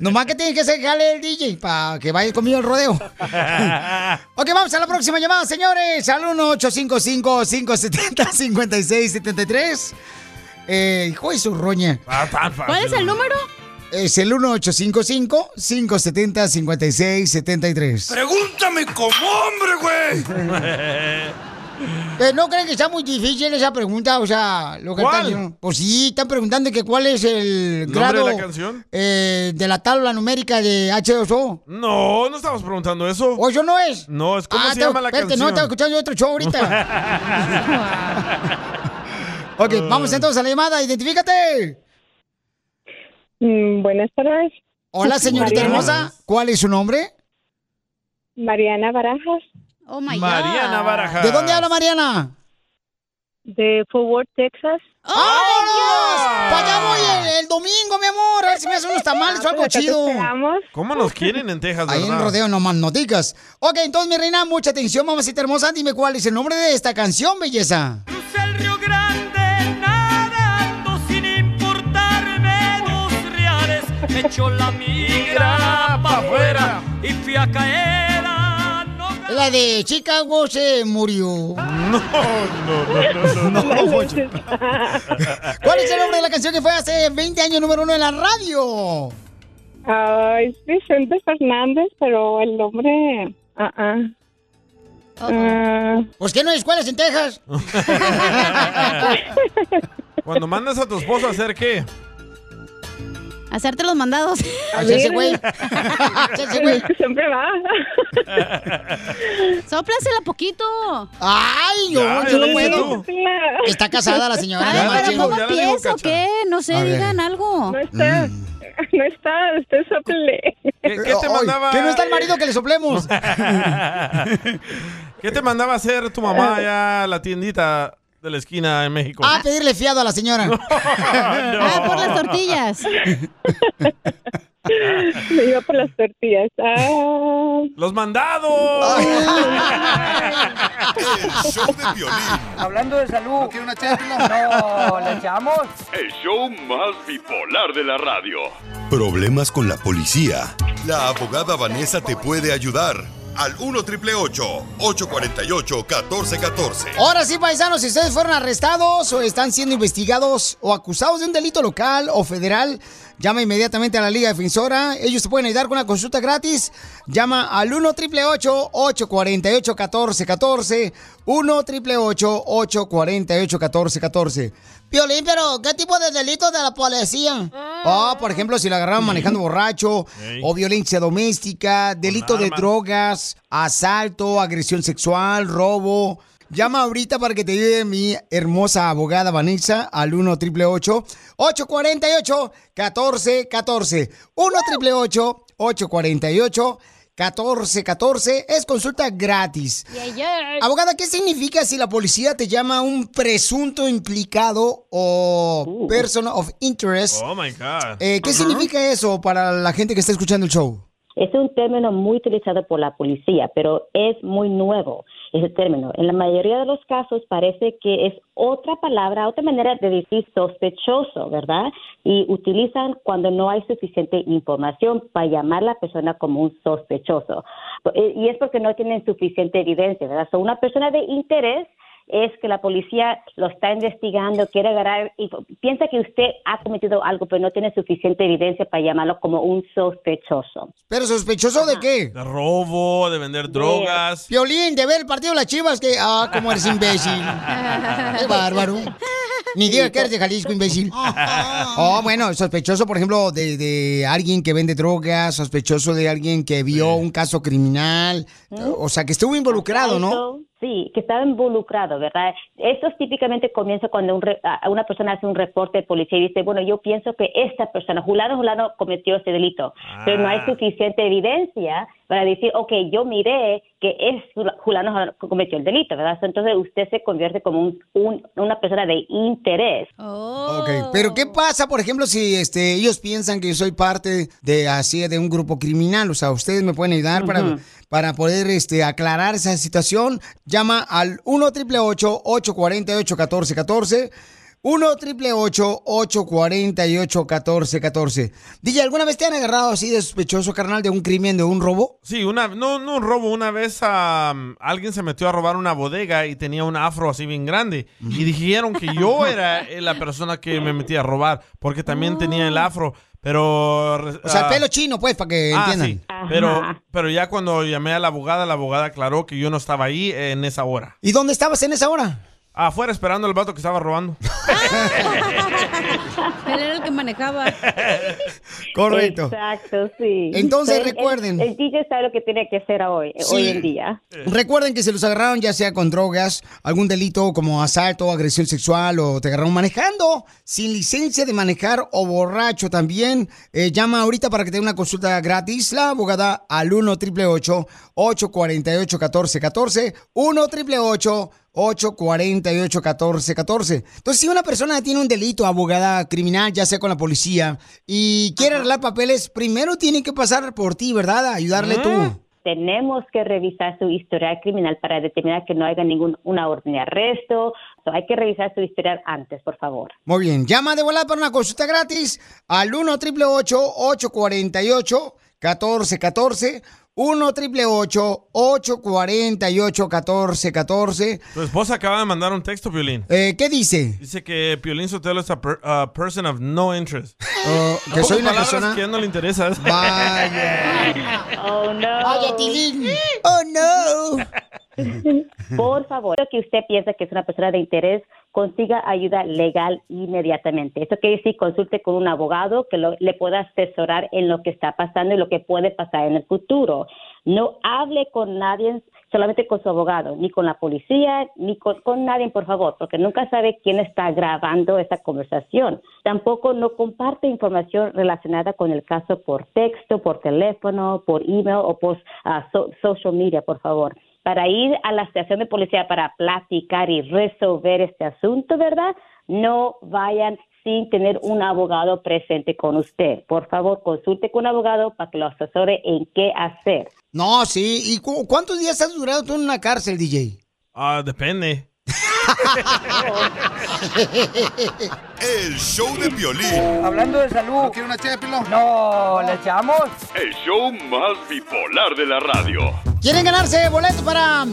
S1: Nomás que tienes que hacer jale el DJ para que vaya conmigo al rodeo. ok, vamos a la próxima llamada, señores. Al 1-855-570-5673. Eh, hijo de su roña.
S2: Ah,
S3: ¿Cuál es el número?
S1: Es el 1-855-570-5673.
S10: Pregúntame como hombre,
S2: güey.
S1: Eh, ¿No creen que está muy difícil esa pregunta? O sea, lo que
S10: ¿Cuál?
S1: están diciendo. Pues sí, están preguntando que cuál es el
S2: ¿Nombre
S1: grado
S2: de la canción?
S1: eh, de la tabla numérica de H2O.
S2: No, no estamos preguntando eso.
S1: ¿O yo no es?
S2: No, es cómo se
S1: estaba-
S2: llama la
S1: espérate, Ah, no,
S2: canción.
S1: estaba escuchando otro show ahorita. ok, vamos entonces a la llamada. Identifícate.
S15: Mm, buenas tardes.
S1: Hola, señorita
S15: Mariana.
S1: hermosa. ¿Cuál es su nombre?
S15: Mariana Barajas.
S3: Oh my
S2: Mariana Barajas.
S1: ¿De dónde habla Mariana?
S15: De Fort Worth, Texas.
S1: ¡Vámonos! ¡Para allá voy el, el domingo, mi amor! A ver si me hacen unos tamales o algo chido.
S2: ¿Cómo nos quieren en Texas,
S1: Ahí en
S2: verdad?
S1: rodeo nomás no digas. Ok, entonces, mi reina, mucha atención, mamacita hermosa. Dime cuál es el nombre de esta canción, belleza.
S10: sin importarme dos reales. Me echó la migra pa' afuera y fui a caer.
S1: La de Chicago se murió. No,
S10: no, no, no, no.
S1: Poncho. ¿Cuál es el nombre de la canción que fue hace 20 años número uno en la radio?
S15: Ah, es Vicente Fernández, pero el nombre. Ah, ah. Ah,
S1: ¿Por Pues, qué no hay escuelas en Texas?
S2: Cuando mandas a tu esposa a hacer qué?
S3: Hacerte los mandados.
S2: Hacerse güey.
S3: Hacerse güey.
S15: Ah, Siempre va.
S3: Sóplasela poquito.
S1: Ay, yo- Ya, yo no ya puedo. dices Está casada la señora, no
S3: Ay,
S1: marches.
S3: pero
S1: Ya
S3: pongo
S1: le digo,
S3: pies o
S1: Cacha.
S3: qué, no sé,
S1: A ver. Mm.
S3: digan algo.
S15: No está, no está, usted sople.
S2: ¿Qué, qué te
S1: Ay,
S2: mandaba?
S1: que no está el marido que le soplemos.
S2: ¿Qué te mandaba a hacer tu mamá allá a la tiendita de la esquina en México?
S1: A Ah, pedirle fiado a la señora.
S15: Ah,
S3: por las tortillas.
S15: Me iba por las tortillas. Ah.
S2: ¡Los mandados!
S7: Hablando de salud. ¿No una No, ¿le echamos?
S13: El show más bipolar de la radio.
S6: Problemas con la policía. La abogada Vanessa te puede ayudar. Al 1 848 1414.
S1: Ahora sí, paisanos, si ustedes fueron arrestados o están siendo investigados o acusados de un delito local o federal, llama inmediatamente a la Liga Defensora. Ellos te pueden ayudar con una consulta gratis. Llama al 1 888 848 1414 1 888 848 1414 Piolín, pero ¿qué tipo de delito de la policía? Ah, por ejemplo, si lo agarraron manejando borracho,
S10: Ey.
S1: o violencia doméstica, delito de
S10: arma.
S1: drogas, asalto, agresión sexual, robo. Llama ahorita para que te ayude mi hermosa abogada Vanessa al 1 848 1414 1 848 1414 es consulta gratis. Abogada, ¿qué significa si la policía te llama un presunto implicado o person of interest?
S2: Oh my God.
S1: Eh, ¿Qué significa eso para la gente que está escuchando el show?
S34: Este Es un término muy utilizado por la policía, pero es muy nuevo ese término. En la mayoría de los casos parece que es otra palabra, otra manera de decir sospechoso, ¿verdad? Y utilizan cuando no hay suficiente información para llamar a la persona como un sospechoso. Eh, Y es porque no tienen suficiente evidencia, ¿verdad? So, una persona de interés es que la policía lo está investigando, quiere agarrar y piensa que usted ha cometido algo, pero no tiene suficiente evidencia para llamarlo como un sospechoso.
S1: ¿Pero sospechoso de qué?
S2: De robo, de vender drogas.
S1: Violín, de ver el partido de las chivas, que. Ah, como eres imbécil. Qué bárbaro. Ni digas que eres de Jalisco, imbécil. Oh, bueno, sospechoso, por ejemplo, de, de alguien que vende drogas, sospechoso de alguien que vio un caso criminal. O sea, que estuvo involucrado, ¿no?
S34: Asalto, Sí, que estaba involucrado, ¿verdad? Esto típicamente comienza cuando un re- a- una persona hace un reporte de policía y dice, bueno, yo pienso que esta persona, Julano Julano, cometió este delito, pero no hay
S1: Ah.
S34: suficiente evidencia para decir, ok, yo miré que es Jula- Julano Julano cometió el delito, ¿verdad? Entonces usted se convierte como un- un- una persona de interés.
S1: Ok, pero ¿qué pasa, por ejemplo, si este, ellos piensan que yo soy parte de así de un grupo criminal? O sea, ustedes me pueden ayudar para,
S34: Ujú.
S1: para poder este, aclarar esa situación. Llama al 1 888 848 1414 1 888 848 1414 DJ, ¿alguna vez te han agarrado así de sospechoso, carnal, de un crimen, de un robo?
S2: Sí, una, no, no un robo. Una vez am, alguien se metió a robar una bodega y tenía un afro así bien grande. Y dijeron que yo era eh, la persona que me metí a robar porque también tenía el afro. Pero. re-
S1: O sea,
S2: ah,
S1: el pelo chino, pues, para que
S2: ah,
S1: entiendan.
S2: sí. Pero, pero ya cuando llamé a la abogada, la abogada aclaró que yo no estaba ahí eh, en esa hora.
S1: ¿Y dónde estabas en esa hora?
S2: Afuera esperando al vato que estaba robando.
S3: Él era el que manejaba.
S34: Exacto, sí.
S1: Entonces,
S34: Pero el-
S1: recuerden.
S34: El, DJ sabe lo que tiene que hacer hoy, hoy en día.
S1: Eh. Recuerden que se los agarraron ya sea con drogas, algún delito como asalto, agresión sexual o te agarraron manejando sin licencia de manejar o borracho también. eh, llama ahorita para que tenga una consulta gratis la abogada al 1 888 848 1414 1 888 848 1414 Entonces, si una persona tiene un delito, abogada criminal, ya sea con la policía, y quiere arreglar papeles, primero tiene que pasar por ti, ¿verdad? A Ayudarle tú.
S34: Tenemos que revisar su historial criminal para determinar que no haya ninguna orden de arresto. So, hay que revisar su historial antes, por favor.
S1: Muy bien, llama de volada para una consulta gratis al 1 888 848 1414 1 888 848 1414
S2: Tu esposa acaba de mandar un texto, Violín.
S1: eh, ¿Qué dice?
S2: Dice que Piolín Sotelo es a per- a person of no interest.
S1: Oh, que soy una
S2: Palabras
S1: persona-
S2: que a él no le interesas.
S34: Oh, no.
S1: Oh,
S34: no. Por favor, lo que usted piensa que es una persona de interés, consiga ayuda legal inmediatamente. Eso quiere decir, consulte con un abogado que lo- le pueda asesorar en lo que está pasando y lo que puede pasar en el futuro. No hable con nadie, solamente con su abogado, ni con la policía, ni con, con nadie, por favor, porque nunca sabe quién está grabando esa conversación. Tampoco no comparte información relacionada con el caso por texto, por teléfono, por email o por ah, so- social media, por favor para ir a la estación de policía para platicar y resolver este asunto, ¿verdad? No vayan sin tener un abogado presente con usted. Por favor, consulte con un abogado para que lo asesore en qué hacer.
S1: No, sí. ¿Y cu- cuántos días has durado tú en una cárcel, DJ?
S2: Ah, depende.
S6: El show de violín.
S7: Hablando de salud. ¿No quiere una No, ¿le echamos?
S13: El show más bipolar de la radio.
S1: ¿Quieren ganarse boletos para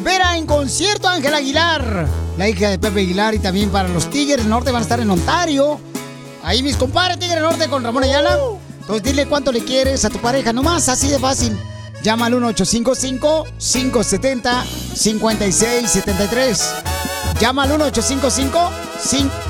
S1: ver a en concierto a Ángel Aguilar? La hija de Pepe Aguilar y también para los Tigres del Norte van a estar en Ontario. Ahí mis compadres Tigres del Norte con Ramón Ayala. Entonces dile cuánto le quieres a tu pareja, nomás así de fácil. Llama al 1855-570-5673. Llama al 1855 5